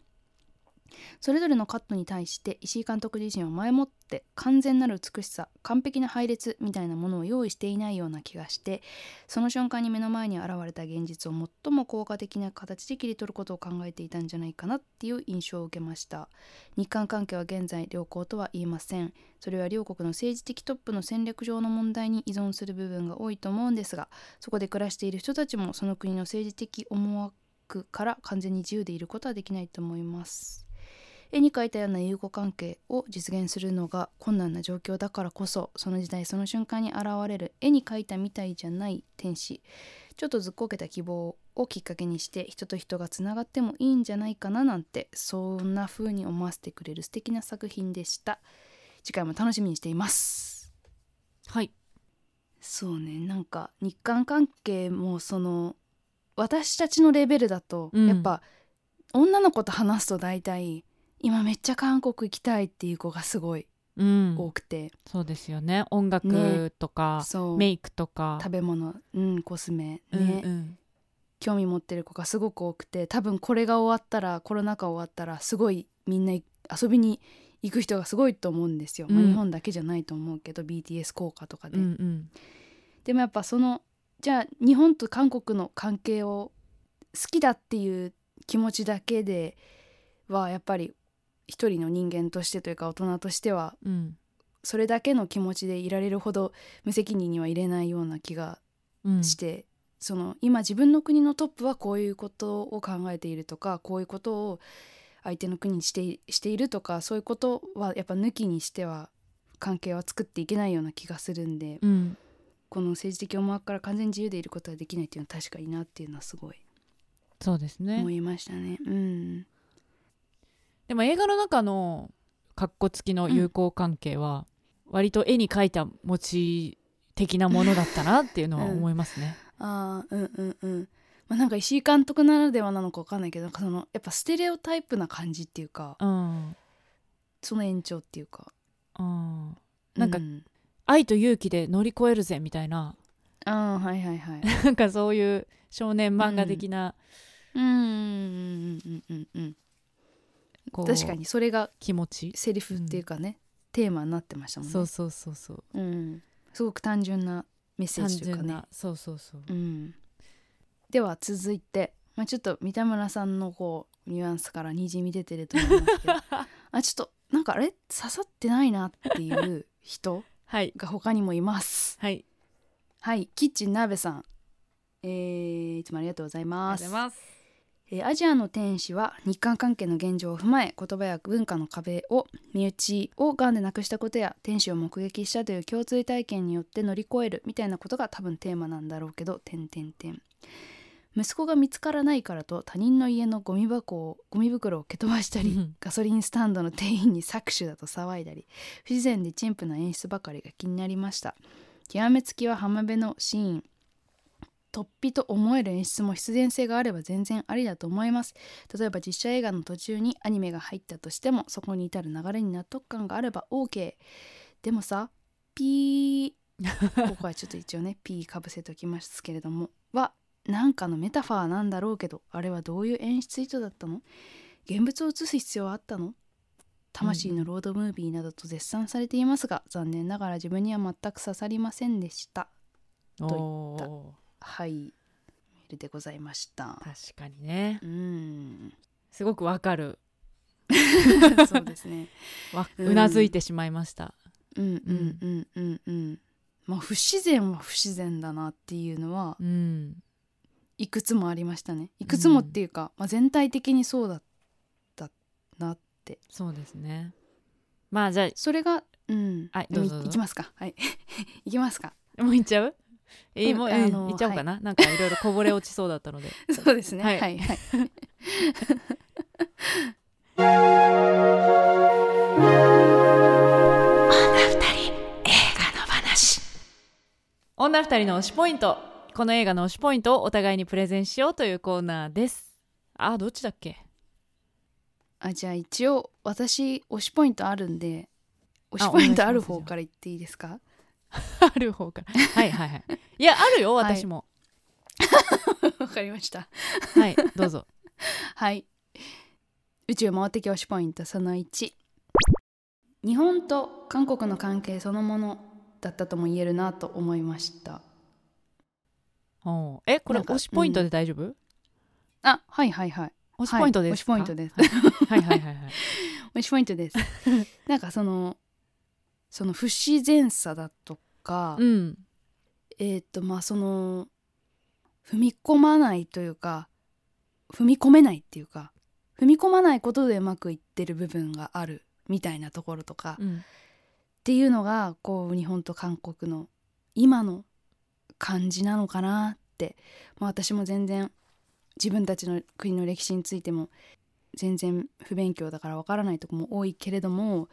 Speaker 3: それぞれのカットに対して石井監督自身は前もって完全なる美しさ完璧な配列みたいなものを用意していないような気がしてその瞬間に目の前に現れた現実を最も効果的な形で切り取ることを考えていたんじゃないかなっていう印象を受けました日韓関係は現在良好とは言えませんそれは両国の政治的トップの戦略上の問題に依存する部分が多いと思うんですがそこで暮らしている人たちもその国の政治的思惑から完全に自由でいることはできないと思います絵に描いたような友好関係を実現するのが困難な状況だからこそその時代その瞬間に現れる絵に描いたみたいじゃない天使ちょっとずっこけた希望をきっかけにして人と人がつながってもいいんじゃないかななんてそんな風に思わせてくれる素敵な作品でした次回も楽しみにしています
Speaker 2: はい
Speaker 3: そうねなんか日韓関係もその私たちのレベルだと、
Speaker 2: うん
Speaker 3: やっぱ女の子と話すと大体今めっちゃ韓国行きたいっていう子がすごい
Speaker 2: うん
Speaker 3: 多くて、
Speaker 2: そうですよね音楽
Speaker 3: ね
Speaker 2: とか、
Speaker 3: そう
Speaker 2: メイクとか
Speaker 3: 食べ物、うん、コスメね、
Speaker 2: うんうん、
Speaker 3: 興味持ってる子がすごく多くて多分これが終わったらコロナ禍終わったらすごいみんな遊びに行く人がすごいと思うんですよ、まあ
Speaker 2: うん
Speaker 3: 日本だけじゃないと思うけど BTS 効果とかで、
Speaker 2: うんうん
Speaker 3: でもやっぱそのじゃあ日本と韓国の関係を好きだっていう気持ちだけではやっぱり一人の人間としてというか大人としては
Speaker 2: うん
Speaker 3: それだけの気持ちでいられるほど無責任にはいれないような気が
Speaker 2: うん
Speaker 3: して、その今自分の国のトップはこういうことを考えているとかこういうことを相手の国にしていしているとかそういうことはやっぱ抜きにしては関係は作っていけないような気がするんで、
Speaker 2: うん
Speaker 3: この政治的思惑から完全に自由でいることはできないっていうのは確かになっていうのはすごい
Speaker 2: そうですね
Speaker 3: 思いましたね。うん、
Speaker 2: でも映画の中のカッコつきの友好関係は、割と絵に描いた餅的なものだったなっていうのは思いますね。
Speaker 3: あーうんうんうん。まあ、なんか石井監督ならではなのかわかんないけどなんかそのやっぱステレオタイプな感じっていうか
Speaker 2: うん、
Speaker 3: その延長っていうか
Speaker 2: うん、なんか
Speaker 3: う
Speaker 2: 愛と勇気で乗り越えるぜみたいな
Speaker 3: あーはいはいはい。
Speaker 2: なんかそういう少年漫画的な、
Speaker 3: うんうんうんうんうん
Speaker 2: こう
Speaker 3: 確かにそれが
Speaker 2: 気持ち、
Speaker 3: セリフっていうかね、テーマになってましたもんね
Speaker 2: そうそうそうそう
Speaker 3: うん、すごく単純なメッセー
Speaker 2: 単
Speaker 3: ジというか
Speaker 2: 純
Speaker 3: ね
Speaker 2: な、そうそうそう、
Speaker 3: うん、では続いて、まあ、ちょっと三田村さんのこうニュアンスからにじみ出てると思いますけ どあちょっとなんかあれ刺さってないなっていう人
Speaker 2: はい
Speaker 3: が他にもいます
Speaker 2: はい
Speaker 3: はいキッチン鍋さんえー、いつもありがとうござい
Speaker 2: ありが
Speaker 3: ま
Speaker 2: とう
Speaker 3: す
Speaker 2: ございます
Speaker 3: えーアジアの天使は日韓関係の現状を踏まえ言葉や文化の壁を身内を癌でなくしたことや天使を目撃したという共通体験によって乗り越えるみたいなことが多分テーマなんだろうけど点点点息子が見つからないからと他人の家のゴミ箱をゴミ袋を蹴飛ばしたりガソリンスタンドの店員に搾取だと騒いだり不自然で陳腐な演出ばかりが気になりました極めつきは浜辺のシーン突飛と思える演出も必然性があれば全然ありだと思います例えば実写映画の途中にアニメが入ったとしてもそこに至る流れに納得感があれば OK でもさピーここはちょっと一応ねピーかぶせときますけれどもはなんかのメタファーなんだろうけどあれはどういう演出意図だったの現物を映す必要はあったの魂のロードムービーなどと絶賛されていますが、残念ながら自分には全く刺さりませんでした
Speaker 2: お
Speaker 3: と
Speaker 2: ー
Speaker 3: はいメールでございました
Speaker 2: 確かにね
Speaker 3: うーん
Speaker 2: すごくわかる
Speaker 3: そうですね
Speaker 2: わ
Speaker 3: うん
Speaker 2: うなずいてしまいました、
Speaker 3: うんうんうんうんうんまあ不自然は不自然だなっていうのは
Speaker 2: うん、
Speaker 3: いくつもありましたねいくつもっていうか、まあ、全体的にそうだったなって
Speaker 2: そうですねまあじゃ
Speaker 3: それがうん
Speaker 2: はいどうぞどうぞ
Speaker 3: いいきますかはい いきますか
Speaker 2: あもう行っちゃうえ
Speaker 3: うん
Speaker 2: もう、
Speaker 3: あの
Speaker 2: うん行っちゃおうかな、なんかいろいろこぼれ落ちそうだったので
Speaker 3: そうですね
Speaker 2: は
Speaker 3: はいいはい、
Speaker 2: 女二人の推しポイントこの映画の推しポイントをお互いにプレゼンしようというコーナーですあどっちだっけ
Speaker 3: あじゃあ一応私推しポイントあるんで推
Speaker 2: あ
Speaker 3: しポイントある方から言っていいですか
Speaker 2: ある方からはいはいはいいやあるよ
Speaker 3: はい
Speaker 2: 私も
Speaker 3: わかりました
Speaker 2: はい、 どうぞ
Speaker 3: はい宇宙回ってき推しポイントその1日本と韓国の関係そのものだったとも言えるなと思いました
Speaker 2: おうえこれ
Speaker 3: なんか
Speaker 2: 推しポイントで大丈夫、
Speaker 3: あはいはいはい
Speaker 2: 推しポイント
Speaker 3: はい、
Speaker 2: です
Speaker 3: 推しポイント
Speaker 2: で
Speaker 3: です
Speaker 2: はいはいはいはい
Speaker 3: 推しポイントですなんかそのその不自然さだとか、
Speaker 2: うん
Speaker 3: えーっとまあその踏み込まないというか踏み込めないっていうか踏み込まないことでうまくいってる部分があるみたいなところとか、
Speaker 2: う
Speaker 3: っ
Speaker 2: ん
Speaker 3: ていうのがこう日本と韓国の今の感じなのかなって、まあ、私も全然自分たちの国の歴史についても全然不勉強だからわからないとこも多いけれども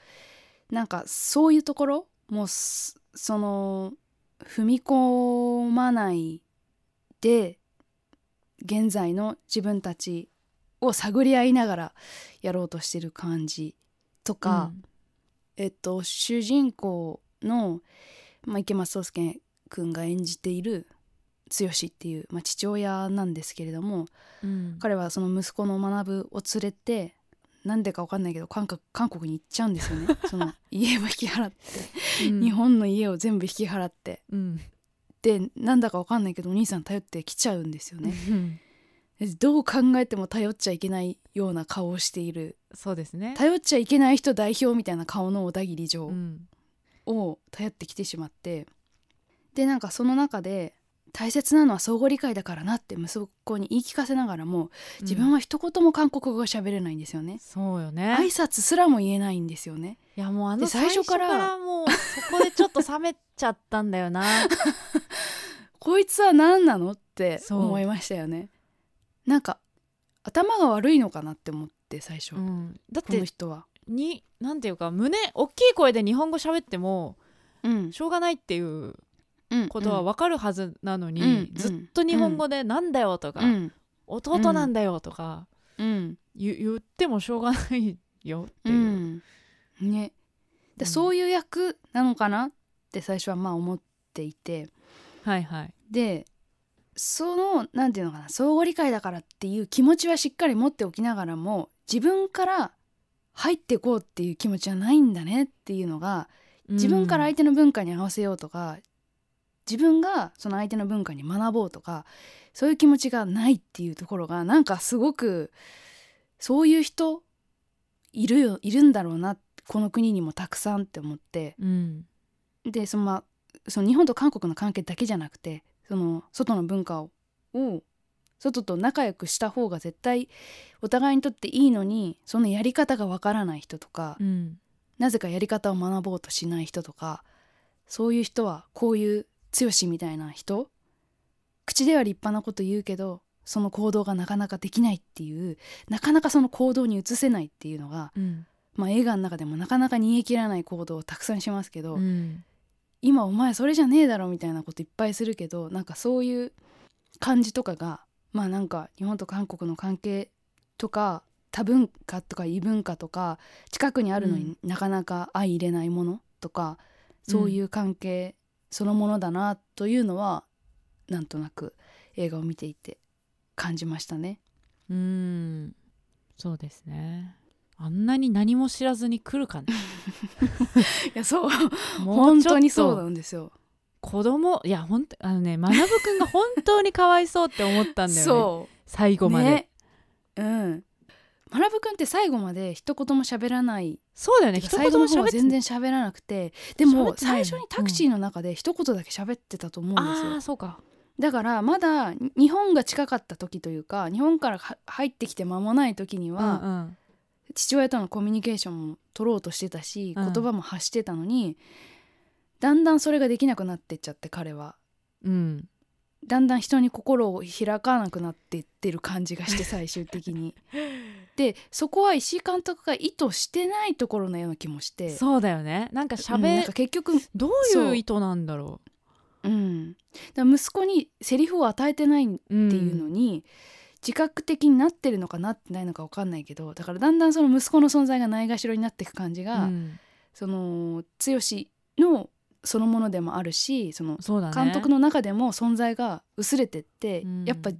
Speaker 3: なんかそういうところもうすその踏み込まないで現在の自分たちを探り合いながらやろうとしてる感じとか、えっと、主人公の、まあ、池松壮亮君が演じている剛っていう、まあ、父親なんですけれども
Speaker 2: うん
Speaker 3: 彼はその息子の学を連れてなんでか分かんないけど韓国韓国に行っちゃうんですよ ねその家を引き払って、
Speaker 2: うん
Speaker 3: 日本の家を全部引き払って
Speaker 2: うん
Speaker 3: でなんだか分かんないけどお兄さん頼ってきちゃうんですよね。
Speaker 2: うん
Speaker 3: でどう考えても頼っちゃいけないような顔をしている
Speaker 2: そうですね
Speaker 3: 頼っちゃいけない人代表みたいな顔の小田切城。
Speaker 2: うん
Speaker 3: を頼ってきてしまってでなんかその中で大切なのは相互理解だからなって息子に言い聞かせながらも自分
Speaker 2: は
Speaker 3: は一言も韓国語が喋れないんですよね、
Speaker 2: そうよね
Speaker 3: 挨拶すらも言えないんですよね
Speaker 2: いやもうあの
Speaker 3: で
Speaker 2: 最
Speaker 3: 最
Speaker 2: 初
Speaker 3: 初
Speaker 2: か
Speaker 3: からら
Speaker 2: もうそこでちょっと冷めちゃったん だよな
Speaker 3: こいつは何なのって
Speaker 2: そう
Speaker 3: 思いましたよねなんか頭が悪いのかなって思って最初、
Speaker 2: うんだっ
Speaker 3: この
Speaker 2: て
Speaker 3: 人は
Speaker 2: になんていうか胸大きい声で日本語喋っても
Speaker 3: うん
Speaker 2: しょうがないっていう
Speaker 3: うん
Speaker 2: ことはわかるはずなのに、
Speaker 3: うん
Speaker 2: ずっと日本語で「なんだよ」とか、
Speaker 3: うん
Speaker 2: 弟なんだよ」とか
Speaker 3: うん
Speaker 2: 言言ってもしょうがないよって
Speaker 3: う
Speaker 2: いう。
Speaker 3: んねで、
Speaker 2: うん
Speaker 3: そういう役なのかなって最初はまあ思っていて、
Speaker 2: はいはい。
Speaker 3: でそのなんていうのかな相互理解だからっていう気持ちはしっかり持っておきながらも自分から入っていこうっていう気持ちはないんだねっていうのが自分から
Speaker 2: うん
Speaker 3: 相手の文化に合わせようとか、自分がその相手の文化に学ぼうとかそういう気持ちがないっていうところがなんかすごくそういう人いるよいるんだろうなこの国にもたくさんって思って。
Speaker 2: うん
Speaker 3: でその,、まあ、その日本と韓国の関係だけじゃなくてその外の文化をを外と仲良くした方が絶対お互いにとっていいのにそのやり方がわからない人とか、
Speaker 2: うん
Speaker 3: なぜかやり方を学ぼうとしない人とかそういう人はこういう剛みたいな人口では立派なこと言うけどその行動がなかなかできないっていうなかなかその行動に移せないっていうのが、
Speaker 2: うん
Speaker 3: まあ、映画の中でもなかなか逃げ切らない行動をたくさんしますけど、
Speaker 2: うん
Speaker 3: 今お前それじゃねえだろみたいなこといっぱいするけどなんかそういう感じとかがまあなんか日本と韓国の関係とか多文化とか異文化とか近くにあるのになかなか相入れないものとか、そういう関係そのものだなというのはなんとなく映画を見ていて感じましたね。
Speaker 2: うんそうですねあんなに何も知らずに来る かね
Speaker 3: いやそう
Speaker 2: もう
Speaker 3: 本
Speaker 2: ちょっと
Speaker 3: 当にそうなんですよ。
Speaker 2: 子供いや本当あのね学ぶくんが本当にかわいそうって思ったんだよね
Speaker 3: そう
Speaker 2: 最後まで、
Speaker 3: ね、うん。マラブくんって最後まで一言も喋らない。
Speaker 2: そうだよね
Speaker 3: て
Speaker 2: 一
Speaker 3: か
Speaker 2: 言
Speaker 3: 最後の
Speaker 2: も
Speaker 3: 方
Speaker 2: 喋っ
Speaker 3: は
Speaker 2: て
Speaker 3: 全然喋らなくて、で
Speaker 2: 喋っ
Speaker 3: も
Speaker 2: てない
Speaker 3: 最
Speaker 2: の
Speaker 3: 初にタクシーの中で一言だけ喋ってたと思うんですよ。
Speaker 2: ああそうか
Speaker 3: だからまだに日本が近かった時というか、日本からは入ってきて間もない時には、
Speaker 2: うんうん
Speaker 3: 父親とのコミュニケーションも取ろうとしてたし、
Speaker 2: うん
Speaker 3: 言葉も発してたのに、だんだんそれができなくなってっちゃって彼は。
Speaker 2: うん
Speaker 3: だんだん人に心を開かなくなっていってる感じが して最終的に。でそこは石井監督が意図してないところのような気もして
Speaker 2: そうだよねなんか
Speaker 3: うん
Speaker 2: 喋、
Speaker 3: なんか結局、
Speaker 2: どういう意図なんだろ
Speaker 3: うん、だから息子にセリフを与えてないっ
Speaker 2: う、うん
Speaker 3: ていうのに、自覚的になってるのかなってないのか分かんないけどだからだんだんその息子の存在がないがしろになっていく感じが、
Speaker 2: うん
Speaker 3: その剛のそのものでもあるしその
Speaker 2: そうだね
Speaker 3: 監督の中でも存在が薄れてって、
Speaker 2: うん
Speaker 3: やっぱ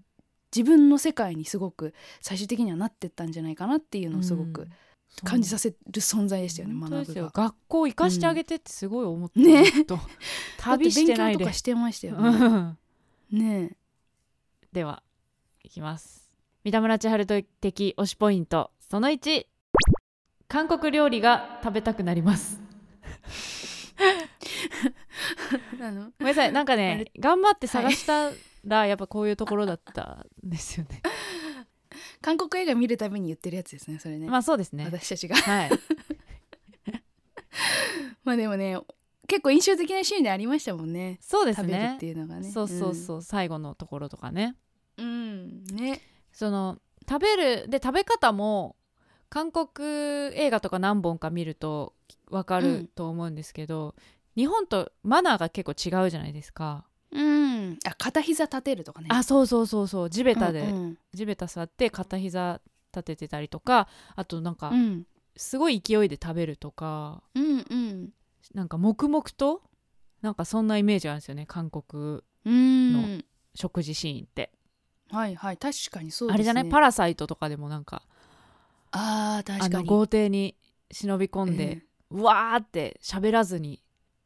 Speaker 3: 自分の世界にすごく最終的にはなってったんじゃないかなっていうのをすごく感じさ
Speaker 2: せ
Speaker 3: せる存在でしたよね、
Speaker 2: 本当
Speaker 3: 学
Speaker 2: です
Speaker 3: ぶ
Speaker 2: よ
Speaker 3: が。
Speaker 2: 学校行かしてあげてってすごい思った、
Speaker 3: うんね
Speaker 2: ずっと旅してない
Speaker 3: だって勉強と
Speaker 2: で
Speaker 3: かしてましたよ
Speaker 2: う
Speaker 3: ね。
Speaker 2: ん
Speaker 3: ね
Speaker 2: ではいきます三田村千春的推しポイントその1韓国料理が食べたくなります
Speaker 3: えあの
Speaker 2: ごめんなさいなんか
Speaker 3: あ
Speaker 2: ね
Speaker 3: れ
Speaker 2: 頑張って探したらやっぱこういうところだったんですよね
Speaker 3: 韓国映画見るたびに言ってるやつですねそ れね、
Speaker 2: まあそうですね
Speaker 3: 私たちが
Speaker 2: はい
Speaker 3: まあでもね結構印象的なシーンでありましたもんね
Speaker 2: そうです
Speaker 3: 食べる
Speaker 2: ね
Speaker 3: っていうのがね
Speaker 2: そうそうそう、最後のところとかね
Speaker 3: うん、うん、ね
Speaker 2: その食べるで食べ方も韓国映画とか何本か見ると分か
Speaker 3: う
Speaker 2: る
Speaker 3: ん
Speaker 2: と思うんですけど、日本とマナーが結構違うじゃないですか、
Speaker 3: うんあ片膝立てるとかね
Speaker 2: あそうそうそうそう地べたで、
Speaker 3: うんうん
Speaker 2: 地べた座って片膝立ててたりとかあとなんか
Speaker 3: うん
Speaker 2: すごい勢いで食べるとか
Speaker 3: うんうん
Speaker 2: なんか黙々となんかそんなイメージあるんですよね韓国
Speaker 3: うん
Speaker 2: 食事シーンって、
Speaker 3: はいはい確かにそうですね
Speaker 2: あれじゃないパラサイトとかでもなんか
Speaker 3: あー確
Speaker 2: あ
Speaker 3: か
Speaker 2: の
Speaker 3: に
Speaker 2: 豪邸に忍び込んで、うわーって喋らずに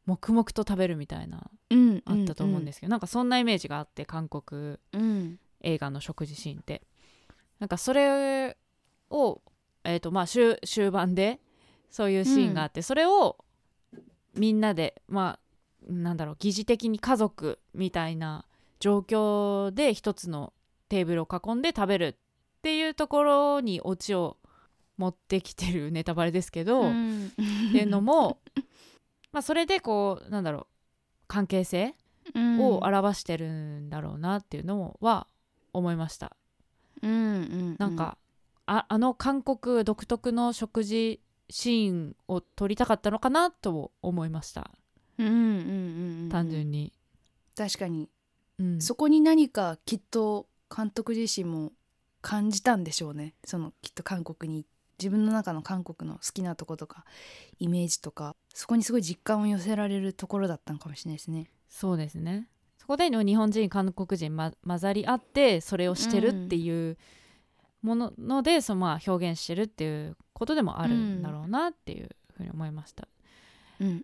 Speaker 2: 黙々と食べるみたいな
Speaker 3: うん、
Speaker 2: あったと思うんですすけど、なんかそんなイメージがあって韓国
Speaker 3: うんうん
Speaker 2: 映画の食事シーンってなんかそれを、えーとまあ、終終盤でそういうシーンがあって、それをみんなでまあなんだろう疑似的に家族みたいな状況で一つのテーブルを囲んで食べるっていうところにオチを持ってきてるネタバレですけど、
Speaker 3: うん
Speaker 2: っていうのもまあそれでこうなんだろう関係性
Speaker 3: うん
Speaker 2: を表してるんだろうなっていうのは思いました。
Speaker 3: うんうん
Speaker 2: なんか、ああの韓国独特の食事シーンを撮りたかったのかなとも思いました
Speaker 3: うんうんうんうん
Speaker 2: 単純に。
Speaker 3: 確かに、
Speaker 2: うん
Speaker 3: そこに何かきっと監督自身も感じたんでしょうねそのきっと韓国に自分の中の韓国の好きなとことかイメージとかそこにすごい実感を寄せられるところだったのかもしれないですね
Speaker 2: そうですねそこでの日本人韓国人、ま、混ざり合ってそれをしてるっていうものので、そのまあ表現してるっていうことでもあるんだろうなっていうふうに思いました。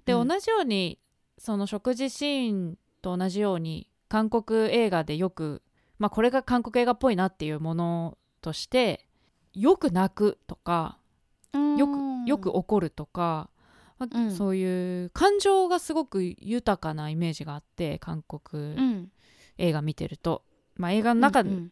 Speaker 2: で、
Speaker 3: うん
Speaker 2: 同じようにその食事シーンと同じように韓国映画でよく、まあ、これが韓国映画っぽいなっていうものとしてよく泣くとかよくよく怒るとか、まあ
Speaker 3: うん
Speaker 2: そういう感情がすごく豊かなイメージがあって韓国
Speaker 3: うん
Speaker 2: 映画見てると、まあ、映画の中
Speaker 3: うんうん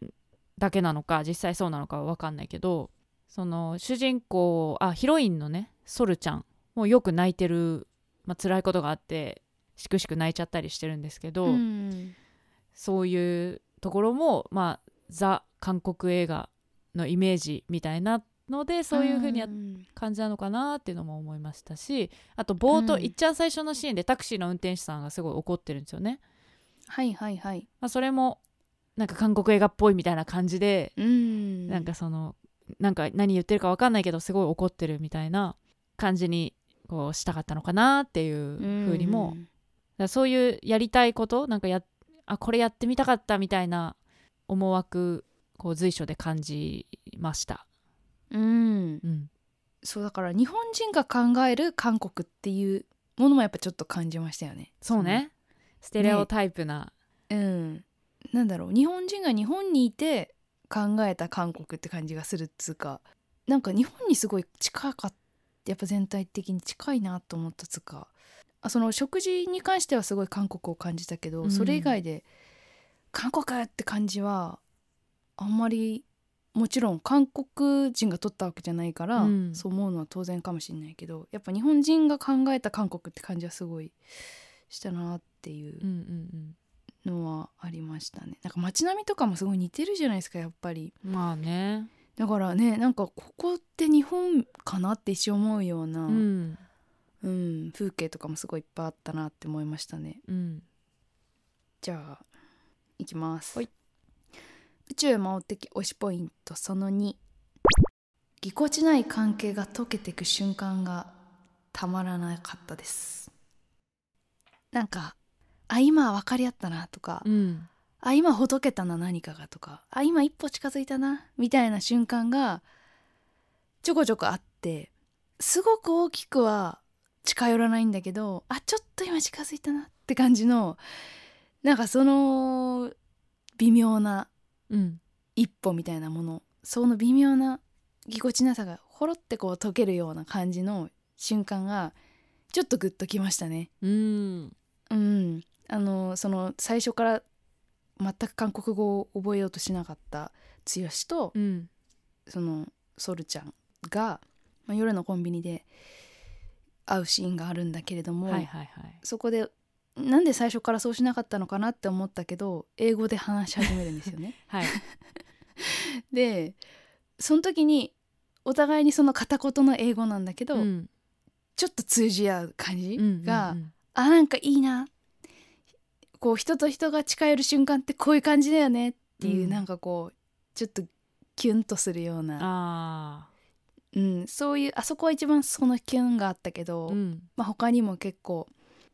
Speaker 2: だけなのか実際そうなのかは分かんないけどその主人公あヒロインのねソルちゃんもうよく泣いてる、まあ辛いことがあってしくしく泣いちゃったりしてるんですけど、
Speaker 3: うん
Speaker 2: そういうところもまあザ韓国映画のイメージみたいなのでそういう風にやっ
Speaker 3: ん
Speaker 2: 感じなのかなっていうのも思いましたしあと冒頭、
Speaker 3: うん
Speaker 2: いっちゃん最初のシーンでタクシーの運転手さんがすごい怒ってるんですよね、
Speaker 3: はいはいはい
Speaker 2: まあ、それもなんか韓国映画っぽいみたいな感じで、
Speaker 3: うん
Speaker 2: なんかそのなんか何言ってるか分かんないけどすごい怒ってるみたいな感じにこうしたかったのかなっていう風にも、だからそういうやりたいことなんかやあこれやってみたかったみたいな思惑こう随所で感じました。
Speaker 3: うんうん
Speaker 2: うん、
Speaker 3: そうだから日本人が考える韓国っていうものもやっぱちょっと感じましたよね
Speaker 2: そうねステレオタイプな、
Speaker 3: そのうんなんだろう日本人が日本にいて考えた韓国って感じがするっつうかなんか日本にすごい近かってやっぱ全体的に近いなと思ったっつうかあその食事に関してはすごい韓国を感じたけど、
Speaker 2: うん
Speaker 3: それ以外で韓国って感じはあんまりもちろん韓国人が取ったわけじゃないから、
Speaker 2: うん
Speaker 3: そう思うのは当然かもしれないけどやっぱ日本人が考えた韓国って感じはすごいしたなっていう
Speaker 2: うんうん
Speaker 3: のはありましたねなんか街並みとかもすごい似てるじゃないですかやっぱり
Speaker 2: うん、まあね、
Speaker 3: だからねなんかここって日本かなって一瞬思うような、
Speaker 2: うん
Speaker 3: うん風景とかもすごいいっぱいあったなって思いましたね
Speaker 2: うん
Speaker 3: じゃあいきます、
Speaker 2: はい
Speaker 3: 宇宙魔王的推しポイントその2ぎこちない関係が溶けていく瞬間がたまらなかったですなんかあ今分かり合ったなとか、
Speaker 2: うん
Speaker 3: あ今ほどけたな何かがとかあ今一歩近づいたなみたいな瞬間がちょこちょこあってすごく大きくは近寄らないんだけどあちょっと今近づいたなって感じのなんかその微妙な
Speaker 2: うん
Speaker 3: 一歩みたいなものその微妙なぎこちなさがほろってこう溶けるような感じの瞬間がちょっとグッときましたね。
Speaker 2: うん
Speaker 3: うん、あのその最初から全く韓国語を覚えようとしなかった剛と、
Speaker 2: うん
Speaker 3: そのソルちゃんが、まあ、夜のコンビニで会うシーンがあるんだけれども、
Speaker 2: はいはいはい
Speaker 3: そこでなんで最初からそうしなかったのかなって思ったけど英語で話し始めるんです よね。
Speaker 2: はい
Speaker 3: でその時にお互いにその片言の英語なんだけど、
Speaker 2: うん
Speaker 3: ちょっと通じ合う感じ
Speaker 2: うんうん
Speaker 3: が、
Speaker 2: うん
Speaker 3: あなんかいいなこう人と人が近寄る瞬間ってこういう感じだよねっていう、
Speaker 2: うん
Speaker 3: なんかこうちょっとキュンとするような、
Speaker 2: あ
Speaker 3: うん、そういうあそこは一番そのキュンがあったけど、
Speaker 2: あうん
Speaker 3: まあ、他にも結構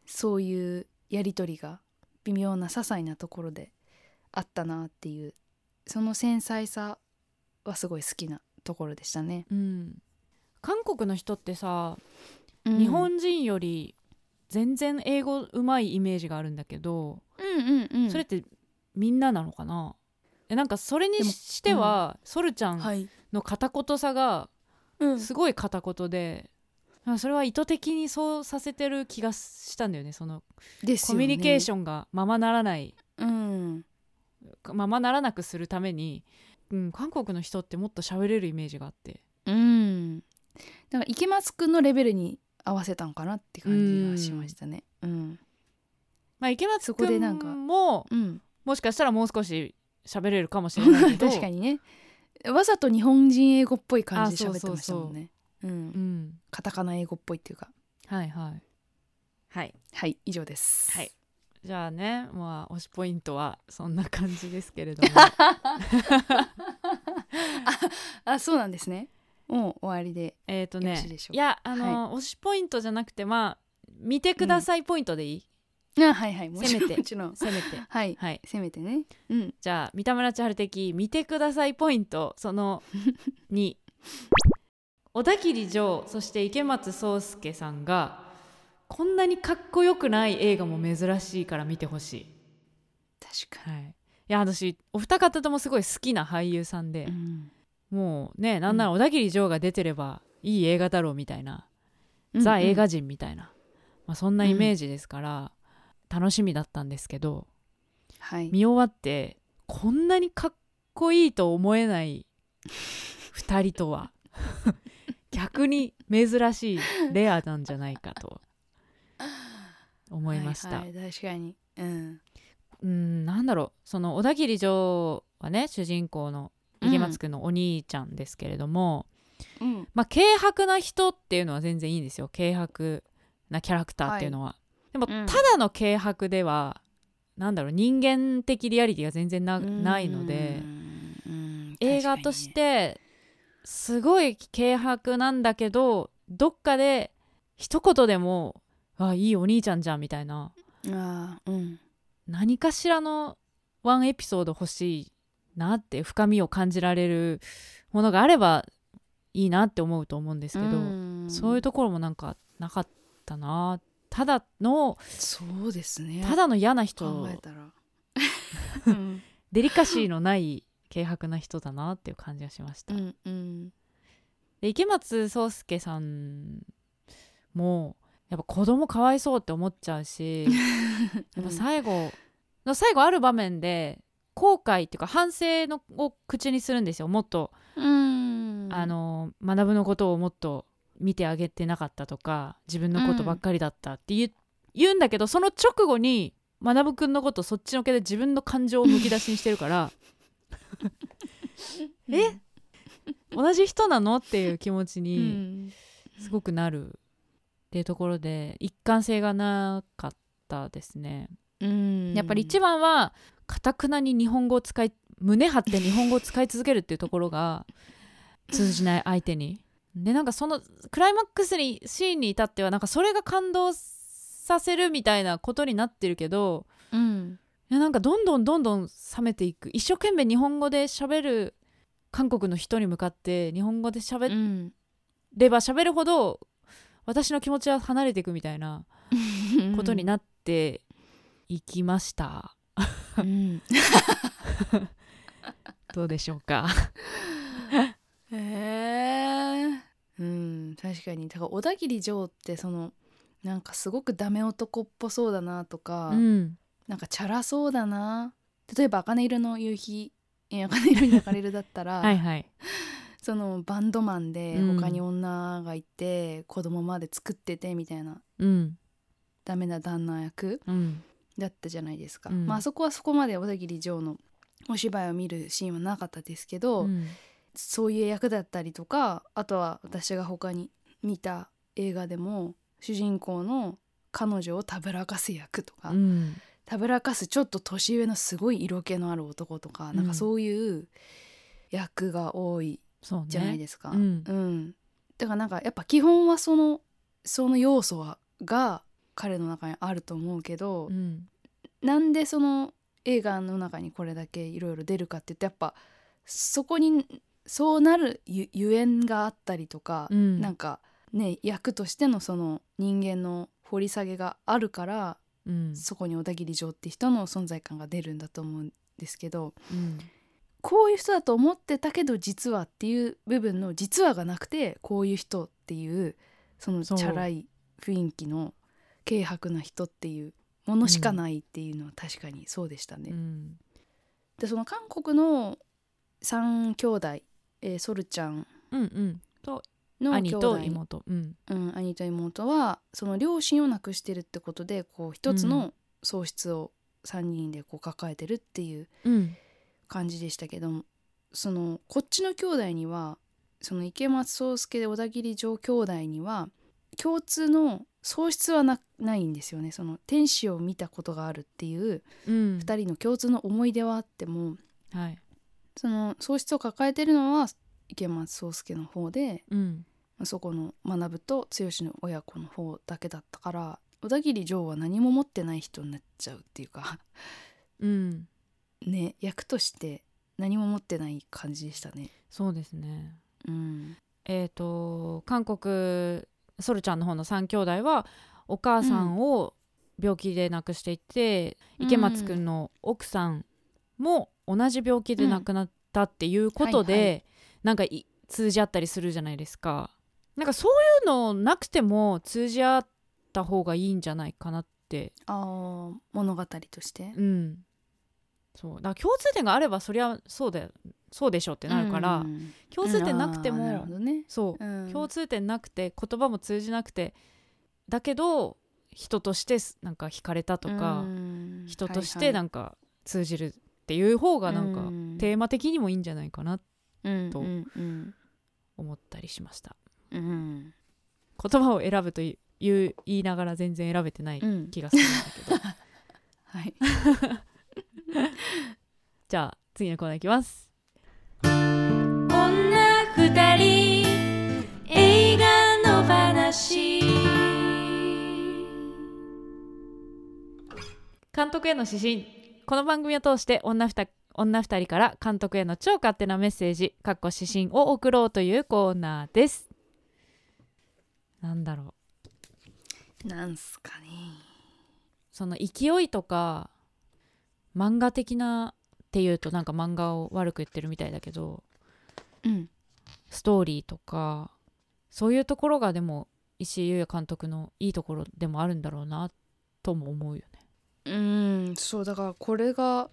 Speaker 3: そういうやり取りが微妙な些細なところであったなっていうその繊細さはすごい好きなところでしたね。
Speaker 2: うん韓国の人ってさ、日本人より全然英語うまいイメージがあるんだけど、
Speaker 3: うんうんうん、
Speaker 2: それってみんななのかなえなんかそれに
Speaker 3: でも
Speaker 2: しては、ソルちゃん
Speaker 3: はい、
Speaker 2: の片言さが
Speaker 3: うん
Speaker 2: すごい片言で、あそれは意図的にそうさせてる気がしたんだよねそのコミュニケーシ
Speaker 3: ョ
Speaker 2: ョンがままならない
Speaker 3: ン、うん、
Speaker 2: ままならなくするために、うん、韓国の人ってもっと喋れるイメージがあって
Speaker 3: うん。だから池松くんのレベルに合わせたんかなって感じがしましたね。うん。
Speaker 2: まあ池松
Speaker 3: そこで
Speaker 2: 君
Speaker 3: なんか
Speaker 2: も
Speaker 3: うん。
Speaker 2: もしかしたらもう少し喋れるかもしれない けど
Speaker 3: 確かにね。わざと日本人英語っぽい感じで喋ってましたもんね。うん
Speaker 2: う。ん
Speaker 3: カタカナ英語っぽいっていうか。
Speaker 2: はいはいはい
Speaker 3: はい、以上です。
Speaker 2: はい。じゃあねまあ推しポイントはそんな感じですけ れども
Speaker 3: あ、そうなんですね。もう終わりで。
Speaker 2: えっと
Speaker 3: よろし
Speaker 2: ね
Speaker 3: いでしょうか
Speaker 2: いやあの、推しポイントじゃなくてまあ見てくださいポイントでいい、
Speaker 3: あ、はいはい。もちろん
Speaker 2: せめて
Speaker 3: もちろん。
Speaker 2: せ めて
Speaker 3: はい。
Speaker 2: はい
Speaker 3: せめてね。うん。
Speaker 2: じゃあ三田村千春的見てくださいポイントその2小田切城そして池松壮亮さんがこんなにかっこよくない映画も珍しいから見てほしい。
Speaker 3: 確か
Speaker 2: はい、いや私お二方ともすごい好きな俳優さんで
Speaker 3: に。う、ん
Speaker 2: もうねなんなら小田切城が出てればいい映画だろうみたいな、ザ映。
Speaker 3: うん
Speaker 2: 画人みたいな、まあ、そんなイメージですから、楽しみだったんですけど、
Speaker 3: はい。
Speaker 2: 見終わってこんなにかっこいいと思えない2人 とは逆に珍しいレアなんじゃないかと思いました、
Speaker 3: はいはい確かに。うん。
Speaker 2: うんなんだろうその小田切女王はね主人公の池松くんのお兄ちゃんですけれども、
Speaker 3: うん、
Speaker 2: まあ軽薄な人っていうのは全然いいんですよ軽薄なキャラクターっていうのは、でも、
Speaker 3: うん
Speaker 2: ただの軽薄ではなんだろう人間的リアリティが全然なないので
Speaker 3: うんうん
Speaker 2: 映画と
Speaker 3: 確
Speaker 2: し
Speaker 3: か
Speaker 2: てすごい軽薄なんだけどどっかで一言でも「あいいお兄ちゃんじゃん」みたいな
Speaker 3: にねあーうん
Speaker 2: 何かしらのワンエピソード欲しいなって深みを感じられるものがあればいいなって思うと思うんですけど、
Speaker 3: うん
Speaker 2: そういうところもなんかなかったなただの
Speaker 3: そうですね
Speaker 2: ただの嫌な
Speaker 3: 考
Speaker 2: 人
Speaker 3: えたらうん
Speaker 2: デリカシーのない軽薄な人だなっていう感じがしまし た。
Speaker 3: うんうん
Speaker 2: で池松壮亮さんもやっぱ子供かわいそうって思っちゃうしやっぱ最後の最後ある場面で後悔っていうか反省のを口にするんですよもっと、
Speaker 3: うん
Speaker 2: あの学ぶのことをもっと見てあげてなかったとか自分のことばっかりだったって言う,、ん、言うんだけどその直後に学くんのことそっちのけで自分の感情をむき出しにしてるからえ同じ人なのっていう気持ち
Speaker 3: う
Speaker 2: に。
Speaker 3: ん
Speaker 2: すごくなるっていうところで一貫性がなかったですね。
Speaker 3: うん
Speaker 2: やっぱり一番はかたくなに日本語を使い胸張って日本語を使い続けるっていうとこ ろが通じない相手に。でなんかそのクライマックスにシーンに至ってはなんかそれが感動させるみたいなことになってるけど
Speaker 3: うん
Speaker 2: いやなんかどんどんどんどん冷めていく一生懸命日本語で喋る韓国の人に向かって日本語で喋っ
Speaker 3: うん
Speaker 2: れば喋るほど私の気持ちは離れていくみたいなことになっていきました、
Speaker 3: うん
Speaker 2: どうでしょうか
Speaker 3: へえうん確かにだから小田切丈ってそのなんかすごくダメ男っぽそうだなとか、
Speaker 2: うん
Speaker 3: なんかチャラそうだな例えば「茜色の夕日」えー「茜色に茜色」だった ら、
Speaker 2: はいはい
Speaker 3: そのバンドマンで
Speaker 2: うん
Speaker 3: 他に女がいて、子供まで作っててみたいな
Speaker 2: うん
Speaker 3: ダメな旦那役
Speaker 2: うん
Speaker 3: だったじゃないですか、
Speaker 2: うん
Speaker 3: まああそこはそこまで小田切丈のお芝居を見るシーンはなかったですけど、
Speaker 2: うん
Speaker 3: そういう役だったりとかあとは私が他に見た映画でも主人公の彼女をたぶらかす役とか、
Speaker 2: うん
Speaker 3: たぶらかすちょっと年上のすごい色気のある男とか、なん
Speaker 2: うん
Speaker 3: かそういう役が多い
Speaker 2: そうね
Speaker 3: じゃないですか。
Speaker 2: うん
Speaker 3: うんだからなんかやっぱ基本はそのその要素はが彼の中にあると思うけど、
Speaker 2: うん
Speaker 3: なんでその映画の中にこれだけいろいろ出るかって言ってやっぱそこにそうなるゆゆえんがあったりとか、
Speaker 2: うん
Speaker 3: なんかね役としてのその人間の掘り下げがあるから、
Speaker 2: うん
Speaker 3: そこに小田切城って人の存在感が出るんだと思うんですけど
Speaker 2: うん
Speaker 3: こういう人だと思ってたけど実はっていう部分の実はがなくてこういう人っていうそのチ
Speaker 2: そう
Speaker 3: ャラい雰囲気の軽薄な人っていうものしかないっていうのは確かにそうでしたね。
Speaker 2: うん
Speaker 3: でその韓国の3兄弟、えーソルちゃん
Speaker 2: うんうんと
Speaker 3: の兄
Speaker 2: 兄
Speaker 3: 弟
Speaker 2: と妹うん
Speaker 3: うん、兄と妹はその両親を亡くしてるってことでこう一つの喪失を3人でこう抱えてるっていう
Speaker 2: うん
Speaker 3: 感じでしたけどもそのこっちの兄弟にはその池松壮亮で小田切城兄弟には共通の喪失はなないんですよねその天使を見たことがあるっていう
Speaker 2: うん
Speaker 3: 2人の共通の思い出はあっても
Speaker 2: はい
Speaker 3: その喪失を抱えてるのは池松壮亮の方で
Speaker 2: うん
Speaker 3: そこの学と剛の親子の方だけだったから小田切城は何も持ってない人になっちゃうっていうか
Speaker 2: うん
Speaker 3: ね役として何も持ってない感じでしたね。
Speaker 2: そうですね
Speaker 3: うん、
Speaker 2: えー、と韓国ソルちゃんの方の3兄弟はお母さんを病気で亡くしていて、
Speaker 3: うん
Speaker 2: 池松くんの奥さんも同じ病気で亡くなったっていうことで、
Speaker 3: うんはいは
Speaker 2: なんかい通じ合ったりするじゃないですかなんかそういうのなくても通じ合った方がいいんじゃないかなって
Speaker 3: ああ物語として。
Speaker 2: うんそうだから共通点があればそりゃそうだよそうでしょってなるから、
Speaker 3: うん
Speaker 2: 共通点なくて
Speaker 3: あーなる
Speaker 2: も
Speaker 3: ほどね、
Speaker 2: そう
Speaker 3: うん
Speaker 2: 共通点なくて言葉も通じなくてだけど人としてすなんか惹かれたとか、
Speaker 3: うん
Speaker 2: 人としてなんか通じるっていう方がなんかテーマ的にもいいんじゃないかなとと
Speaker 3: うんうん
Speaker 2: 思ったりしました
Speaker 3: うんうん
Speaker 2: 言葉を選ぶという言いながら全然選べてない
Speaker 3: うん
Speaker 2: 気がするんだけど
Speaker 3: はい
Speaker 2: じゃあ次のコーナーいきます
Speaker 1: 女二人映画の話
Speaker 2: 監督への指針この番組を通して女二女二人から監督への超勝手なメッセージかっこ指針を送ろうというコーナーですなんだろ う
Speaker 3: なんすかね
Speaker 2: その勢いとか漫画的なっていうとなんか漫画を悪く言ってるみたいだけど
Speaker 3: うん
Speaker 2: ストーリーとかそういうところがでも石井優也監督のいいところでもあるんだろうなとも思うよね。
Speaker 3: うんそうだからこれが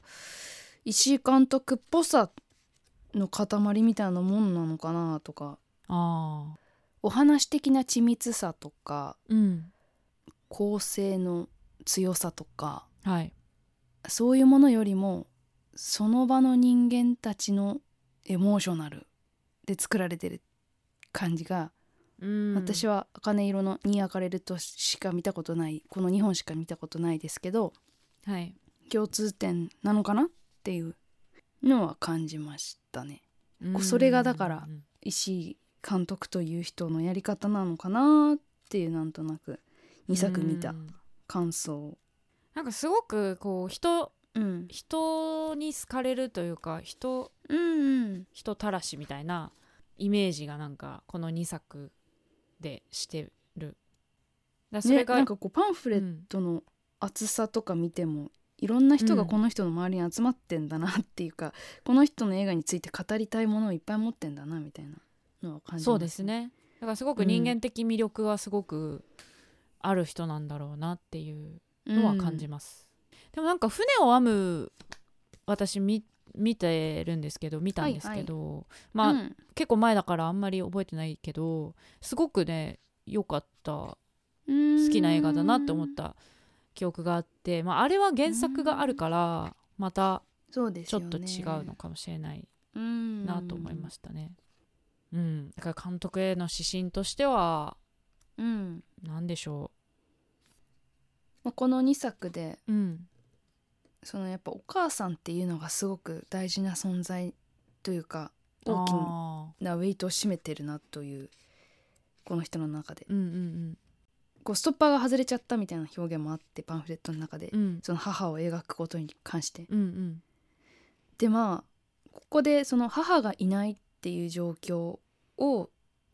Speaker 3: 石井監督っぽさの塊みたいなもんなのかなとか
Speaker 2: ああ
Speaker 3: お話的な緻密さとか
Speaker 2: うん
Speaker 3: 構成の強さとか
Speaker 2: はい
Speaker 3: そういうものよりもその場の人間たちのエモーショナルで作られてる感じが、
Speaker 2: うん
Speaker 3: 私は茜色の「に焼かれる」としか見たことないこの2本しか見たことないですけど
Speaker 2: はい
Speaker 3: 共通点なのかなっていうのは感じましたね。それがだから
Speaker 2: うん
Speaker 3: 石井監督という人のやり方なのかなっていうなんとなく2作見
Speaker 2: う
Speaker 3: た
Speaker 2: ん
Speaker 3: 感想。
Speaker 2: なんかすごくこう人
Speaker 3: うん、
Speaker 2: 人に好かれるというか人
Speaker 3: うん、うん
Speaker 2: 人たらしみたいなイメージがなんかこの2作でしてる。だからそれ
Speaker 3: ね、
Speaker 2: が、
Speaker 3: なんかこうパンフレット
Speaker 2: うん
Speaker 3: 人の厚さとか見てもいろんな人がこの人の周りに集まってんだなっていうか、この人の映画について語りたいものをいっぱい持ってんだなみたいなのは感じま
Speaker 2: そうですねだからすごく人間的魅力はすごくある人なんだろうなっていうのは感じ
Speaker 3: ま
Speaker 2: ます、でもなんか船を編む私見見てるんですけど見たんですけど、まあ、
Speaker 3: うん
Speaker 2: 結構前だからあんまり覚えてないけどすごくね良かった好きな映画だなって思っ
Speaker 3: うん
Speaker 2: た記憶があって、まあ、あれは原作があるからまた
Speaker 3: そうです
Speaker 2: ちょ
Speaker 3: よ
Speaker 2: っ
Speaker 3: ね
Speaker 2: と違うのかもしれない
Speaker 3: うん
Speaker 2: なと思いましたね。うん、だから監督への指針としては
Speaker 3: うん
Speaker 2: 何でしょ
Speaker 3: まあこの2作で
Speaker 2: う、うん、
Speaker 3: そのやっぱお母さんっていうのがすごく大事な存在というか大き
Speaker 2: あ
Speaker 3: なウェイトを占めてるなというこの人の中で
Speaker 2: ーうんうん
Speaker 3: こうストッパーが外れちゃったみたいな表現もあってパンフレットの中で
Speaker 2: うんうん
Speaker 3: その母を描くことに関して
Speaker 2: うんうん
Speaker 3: でまあここでその母がいないっていう状況を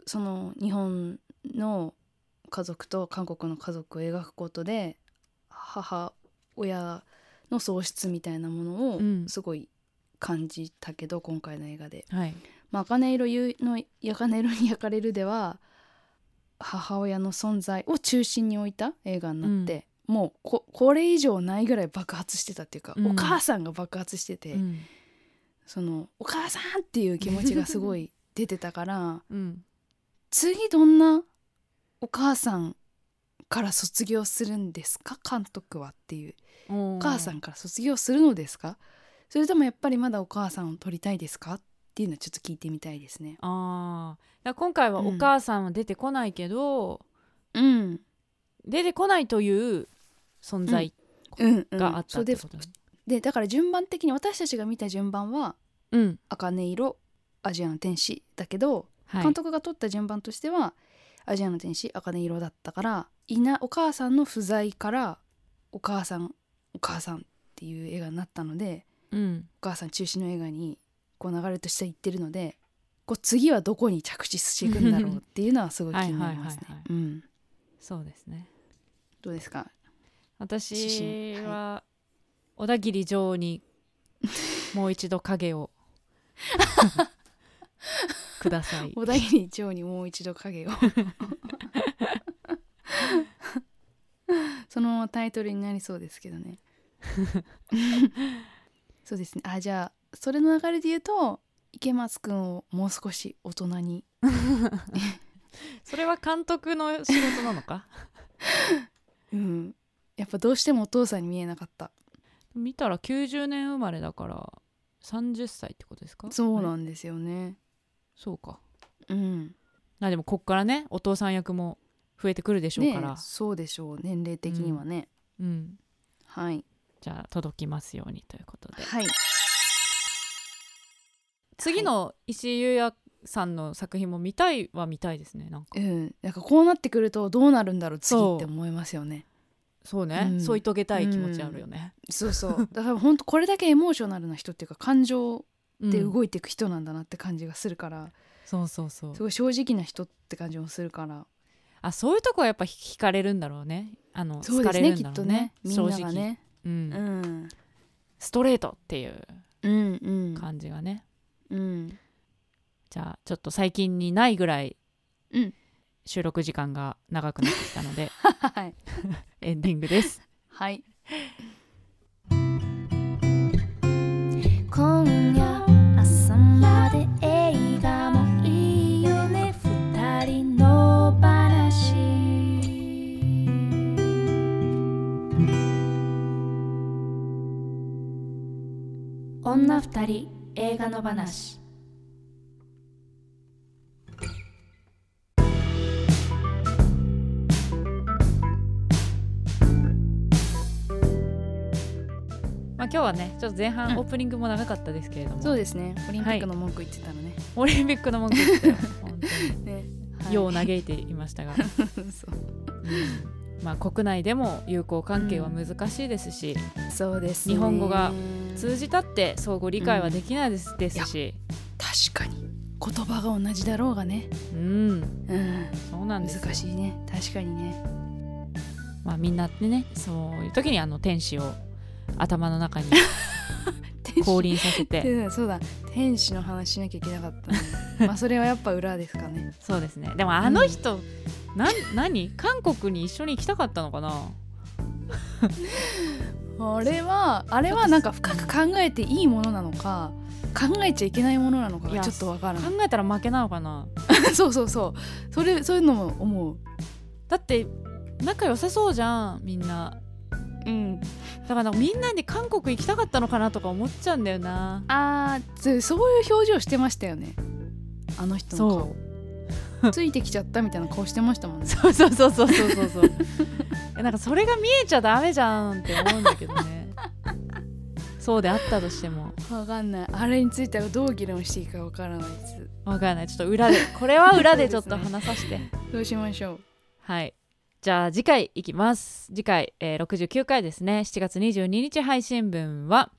Speaker 3: その日本の家族と韓国の家族を描くことで母親の喪失みたいなものを
Speaker 2: うん
Speaker 3: すごい感じたけど、今回の映画で
Speaker 2: はい
Speaker 3: 「まあ、茜色ゆの焼かね色に焼かれる」では母親の存在を中心に置いた映画になって、もうここれ以上ないぐらい爆発してたっていうか、
Speaker 2: うん
Speaker 3: お母さんが爆発してて、
Speaker 2: うん
Speaker 3: そのお母さんっていう気持ちがすご い出てたから
Speaker 2: うん
Speaker 3: 次どんなお母さんから卒業するんですか監督はっていう
Speaker 2: お
Speaker 3: お母さんから卒業するのですかそれともやっぱりまだお母さんを撮りたいですかっていうのはちょっと聞いてみたいですね。
Speaker 2: あーだから今回はお母さんは出てこないけど、
Speaker 3: うん
Speaker 2: 出てこないという存在
Speaker 3: うんうん、
Speaker 2: があった
Speaker 3: そ
Speaker 2: っ
Speaker 3: うで
Speaker 2: てことね
Speaker 3: でだから順番的に私たちが見た順番は
Speaker 2: うん、
Speaker 3: 「茜色アジアの天使」だけど、
Speaker 2: はい
Speaker 3: 監督が撮った順番としては「アジアの天使茜色」だったからいなお母さんの不在から「お母さんお母さん」っていう映画になったので
Speaker 2: うん
Speaker 3: お母さん中心の映画にこう流れとしていってるのでこう次はどこに着地していくんだろうっていうのはすごい気になります
Speaker 2: はいはいはいは
Speaker 3: ねう
Speaker 2: い。
Speaker 3: ん
Speaker 2: そうですね
Speaker 3: どうですか
Speaker 2: 私
Speaker 3: 指針
Speaker 2: は小田切 城にもう一度影をください
Speaker 3: 小田切長にもう一度影をそのままタイトルになりそうですけど ねそうですねあじゃあそれの流れで言うと池松くんをもう少し大人に
Speaker 2: それは監督の仕 事なのか
Speaker 3: うんやっぱどうしてもお父さんに見えなかった
Speaker 2: 見たら90年生まれだから30歳ってことですか
Speaker 3: そうな
Speaker 2: ね
Speaker 3: んですよね。
Speaker 2: そうか
Speaker 3: うん、
Speaker 2: あでもこっからねお父さん役も増えてくるでしょうから、
Speaker 3: ねそうでしょう年齢的にはね、
Speaker 2: うん、
Speaker 3: はい
Speaker 2: じゃあ届きますようにということで
Speaker 3: はい
Speaker 2: 次の石井優也さんの作品も見たいは見たいですねなんか
Speaker 3: うん、なんかこうなってくるとどうなるんだろう次
Speaker 2: そう
Speaker 3: って思いますよね
Speaker 2: そうね、
Speaker 3: うん
Speaker 2: 添い遂げたい気持ちあるよね、
Speaker 3: そうそう だから本当これだけエモーショナルな人っていうか感情
Speaker 2: うん
Speaker 3: で動いていく人なんだなって感じがするから、
Speaker 2: そうそうそう
Speaker 3: すごい正直な人って感じもするから
Speaker 2: あそういうとこはやっぱ惹かれるんだろうねあの
Speaker 3: そう
Speaker 2: 好
Speaker 3: で
Speaker 2: か
Speaker 3: す
Speaker 2: れ
Speaker 3: ね
Speaker 2: るん
Speaker 3: き
Speaker 2: だ
Speaker 3: っ
Speaker 2: ろ
Speaker 3: と
Speaker 2: う
Speaker 3: ね
Speaker 2: ね
Speaker 3: みんながね、
Speaker 2: 正直、うん
Speaker 3: うん、
Speaker 2: ストレートっていう
Speaker 3: うんうん
Speaker 2: 感じがね、
Speaker 3: うん
Speaker 2: じゃあちょっと最近にないぐらい
Speaker 3: うん
Speaker 2: 収録時間が長くなってきた ので
Speaker 3: はい
Speaker 2: エンディングです
Speaker 3: はい
Speaker 1: 今夜朝まで映画もいいよね二人の話女二人映画の話
Speaker 2: まあ今日はねちょっと前
Speaker 3: うん
Speaker 2: 半オープニングも長かったですけれども、
Speaker 3: そうですねオリンピックの文句言ってたのね、
Speaker 2: オリンピックの文句言って本
Speaker 3: ねは
Speaker 2: 当に
Speaker 3: い
Speaker 2: 世を嘆いていましたが、
Speaker 3: そう
Speaker 2: まあ国内でも友好関係は難しいですし、
Speaker 3: そうですね
Speaker 2: 日本語が通じたって相互理解はできないです,、ですし
Speaker 3: 確かに言葉が同じだろうがね
Speaker 2: うん
Speaker 3: うん
Speaker 2: そうなんですよ
Speaker 3: 難しいね確かにね
Speaker 2: まあみんなってねそういう時にあの天使を頭 の中に降臨させて
Speaker 3: うんそうだ天使の話しなきゃいけなかったね まあそれはやっぱ裏ですかね
Speaker 2: そうですねでもあの人、なん何韓国に一緒に行きたかったのかな
Speaker 3: あれはあれはなんか深く考えていいものなのか考えちゃいけないものなのか
Speaker 2: い
Speaker 3: が
Speaker 2: や
Speaker 3: ちょっとわから
Speaker 2: 考
Speaker 3: ん
Speaker 2: えたら負けなのかな
Speaker 3: そうそうそうそれそういうのも思う
Speaker 2: だって仲良さそうじゃんみんな
Speaker 3: うん
Speaker 2: だからなんかみんなで韓国行きたかったのかなとか思っちゃうんだよな
Speaker 3: あーつそういう表情してましたよねあの人の
Speaker 2: そ
Speaker 3: 顔ついてきちゃったみたいな顔してましたもんね
Speaker 2: そうそうそうそうそうそうそう えなんかそれが見えちゃダメじゃんって思うんだけどねそうであったとしても
Speaker 3: わかんないあれについてはどう議論していいかわからないです
Speaker 2: わからないちょっと裏でこれは裏でちょっと
Speaker 3: そうです
Speaker 2: 話させて、
Speaker 3: どうしましょう
Speaker 2: はいじゃあ次回いきます次回、えー、69回ですね7月22日配信分は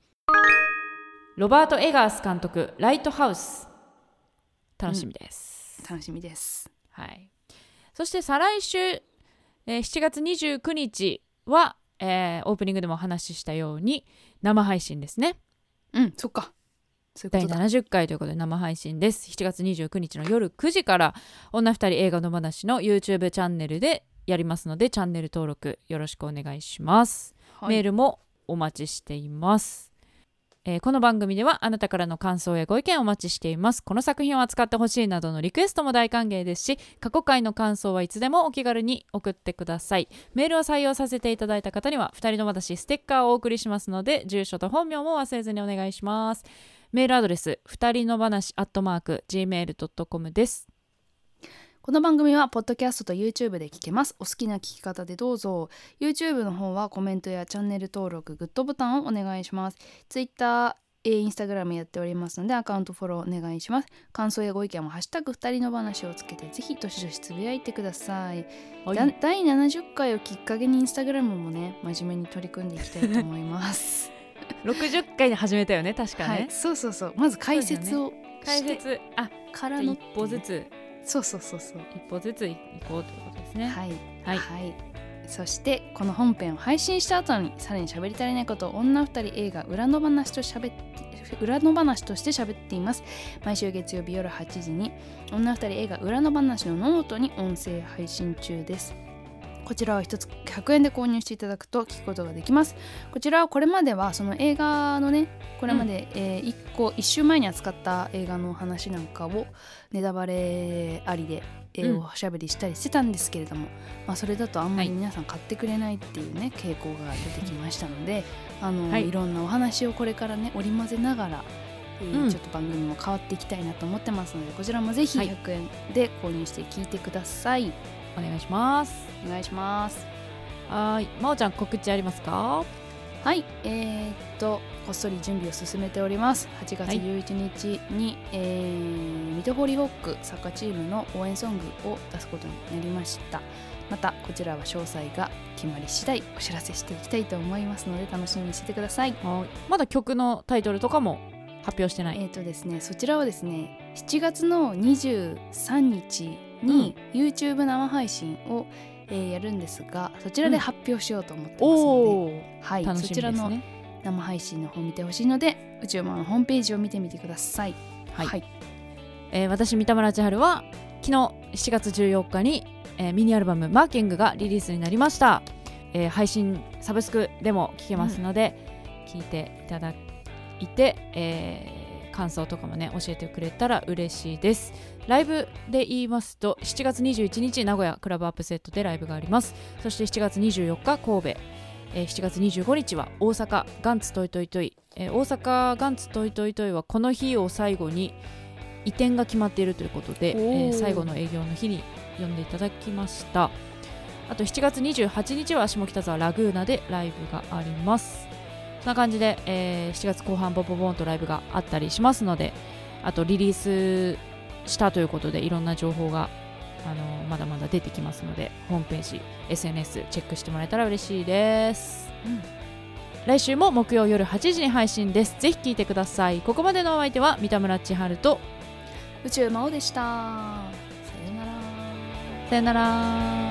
Speaker 2: ロバート・エガース監督「ライトハウス」楽しみです、
Speaker 3: 楽しみです
Speaker 2: はい、そして再来週、えー7月29日は、えーオープニングでもお話ししたように生配信ですね
Speaker 3: うんそっかそういう
Speaker 2: 第
Speaker 3: ことだ
Speaker 2: 70回ということで生配信です7月29日の夜9時から女2人映画の話の YouTube チャンネルでやりますのでチャンネル登録よろしくお願いしますメ
Speaker 3: ル
Speaker 2: ールもお待ちしています、えーこの番組ではあなたからの感想やご意見をお待ちしていますこの作品を扱ってほしいなどのリクエストも大歓迎ですし過去回の感想はいつでもお気軽に送ってくださいメールを採用させていただいた方には2人の私ステッカーをお送りしますので住所と本名も忘れずにお願いしますメールアドレス2人の話アットマーク gmail.com です
Speaker 3: この番組はポッドキャストと YouTube で聞けますお好きな聞き方でどうぞ YouTube の方はコメントやチャンネル登録グッドボタンをお願いします Twitter えー Instagram やっておりますのでアカウントフォローお願いします感想やご意見もハッシュタグ二人の話をつけてぜひどしどしつぶやいてくださいだ第70回をきっかけに Instagram もね真面目に取り組んでいきたいと思います
Speaker 2: 60回で始めたよね確かね、
Speaker 3: はいそうそうそうまず解説を
Speaker 2: 解
Speaker 3: して
Speaker 2: 説あ
Speaker 3: から
Speaker 2: じゃ
Speaker 3: の
Speaker 2: あ一歩ずつ
Speaker 3: そうそうそうそう
Speaker 2: 一歩ずつ行こうということですね
Speaker 3: はい、
Speaker 2: はい
Speaker 3: そしてこの本編を配信した後にさらに喋り足りないことを女二人映画裏の話と喋って裏の話として喋っています毎週月曜日夜8時に女二人映画裏の話のノートに音声配信中ですこちらは1つ100円で購入していただくと聞くことができますこちらはこれまではその映画のねこれまで、え1個1週前に扱った映画の話なんかをネタバレありでえーおしゃべりしたりしてたんですけれども、まあ、それだとあんまり
Speaker 2: はい
Speaker 3: 皆さん買ってくれないっていうね傾向が出てきましたので、あの
Speaker 2: はい
Speaker 3: い、ろんなお話をこれからね織り交ぜながら、えー
Speaker 2: うん
Speaker 3: ちょっと番組も変わっていきたいなと思ってますのでこちらもぜひ
Speaker 2: はい
Speaker 3: 100円で購入して聞いてください、
Speaker 2: お願いします
Speaker 3: お願いします
Speaker 2: はーいまおちゃん告知ありますか
Speaker 3: はい、えーっとこっそり準備を進めております。8月
Speaker 2: はい
Speaker 3: 11日に、えーミトホリホックサッカーチームの応援ソングを出すことになりました。またこちらは詳細が決まり次第お知らせしていきたいと思いますので楽しみにしててください。
Speaker 2: はーいまだ曲のタイトルとかも発表してない、
Speaker 3: えーっとですね、そちらはですね、7月の23日に YouTube 生配信を、えーやるんですが、そちらで発表しようと思ってますので、
Speaker 2: おお
Speaker 3: はい、
Speaker 2: 楽
Speaker 3: そ
Speaker 2: しみ
Speaker 3: ち
Speaker 2: で
Speaker 3: ら
Speaker 2: す
Speaker 3: の
Speaker 2: ね
Speaker 3: 生配信の方見てほしいので宇宙マンのホームページを見てみてください
Speaker 2: はいえー私三田村千春は昨日7月14日に、えーミニアルバム「マーキング」がリリースになりました、えー配信サブスクでも聴けますので、聴いていただいて、えー感想とかもね教えてくれたら嬉しいですライブで言いますと7月21日名古屋クラブアップセットでライブがありますそして7月24日神戸えー7月25日は大阪ガンツトイトイトイ、えー大阪ガンツトイトイトイはこの日を最後に移転が決まっているということで、
Speaker 3: おー
Speaker 2: えー最後の営業の日に呼んでいただきましたあと7月28日は下北沢ラグーナでライブがありますそんな感じで、えー7月後半ボンボンボンとライブがあったりしますのであとリリースしたということでいろんな情報があのまだまだ出てきますのでホームページ SNS チェックしてもらえたら嬉しいです、来週も木曜夜8時に配信ですぜひ聞いてくださいここまでのお相手は三田村千春と
Speaker 3: 宇宙魔王でしたさようなら
Speaker 2: さよなら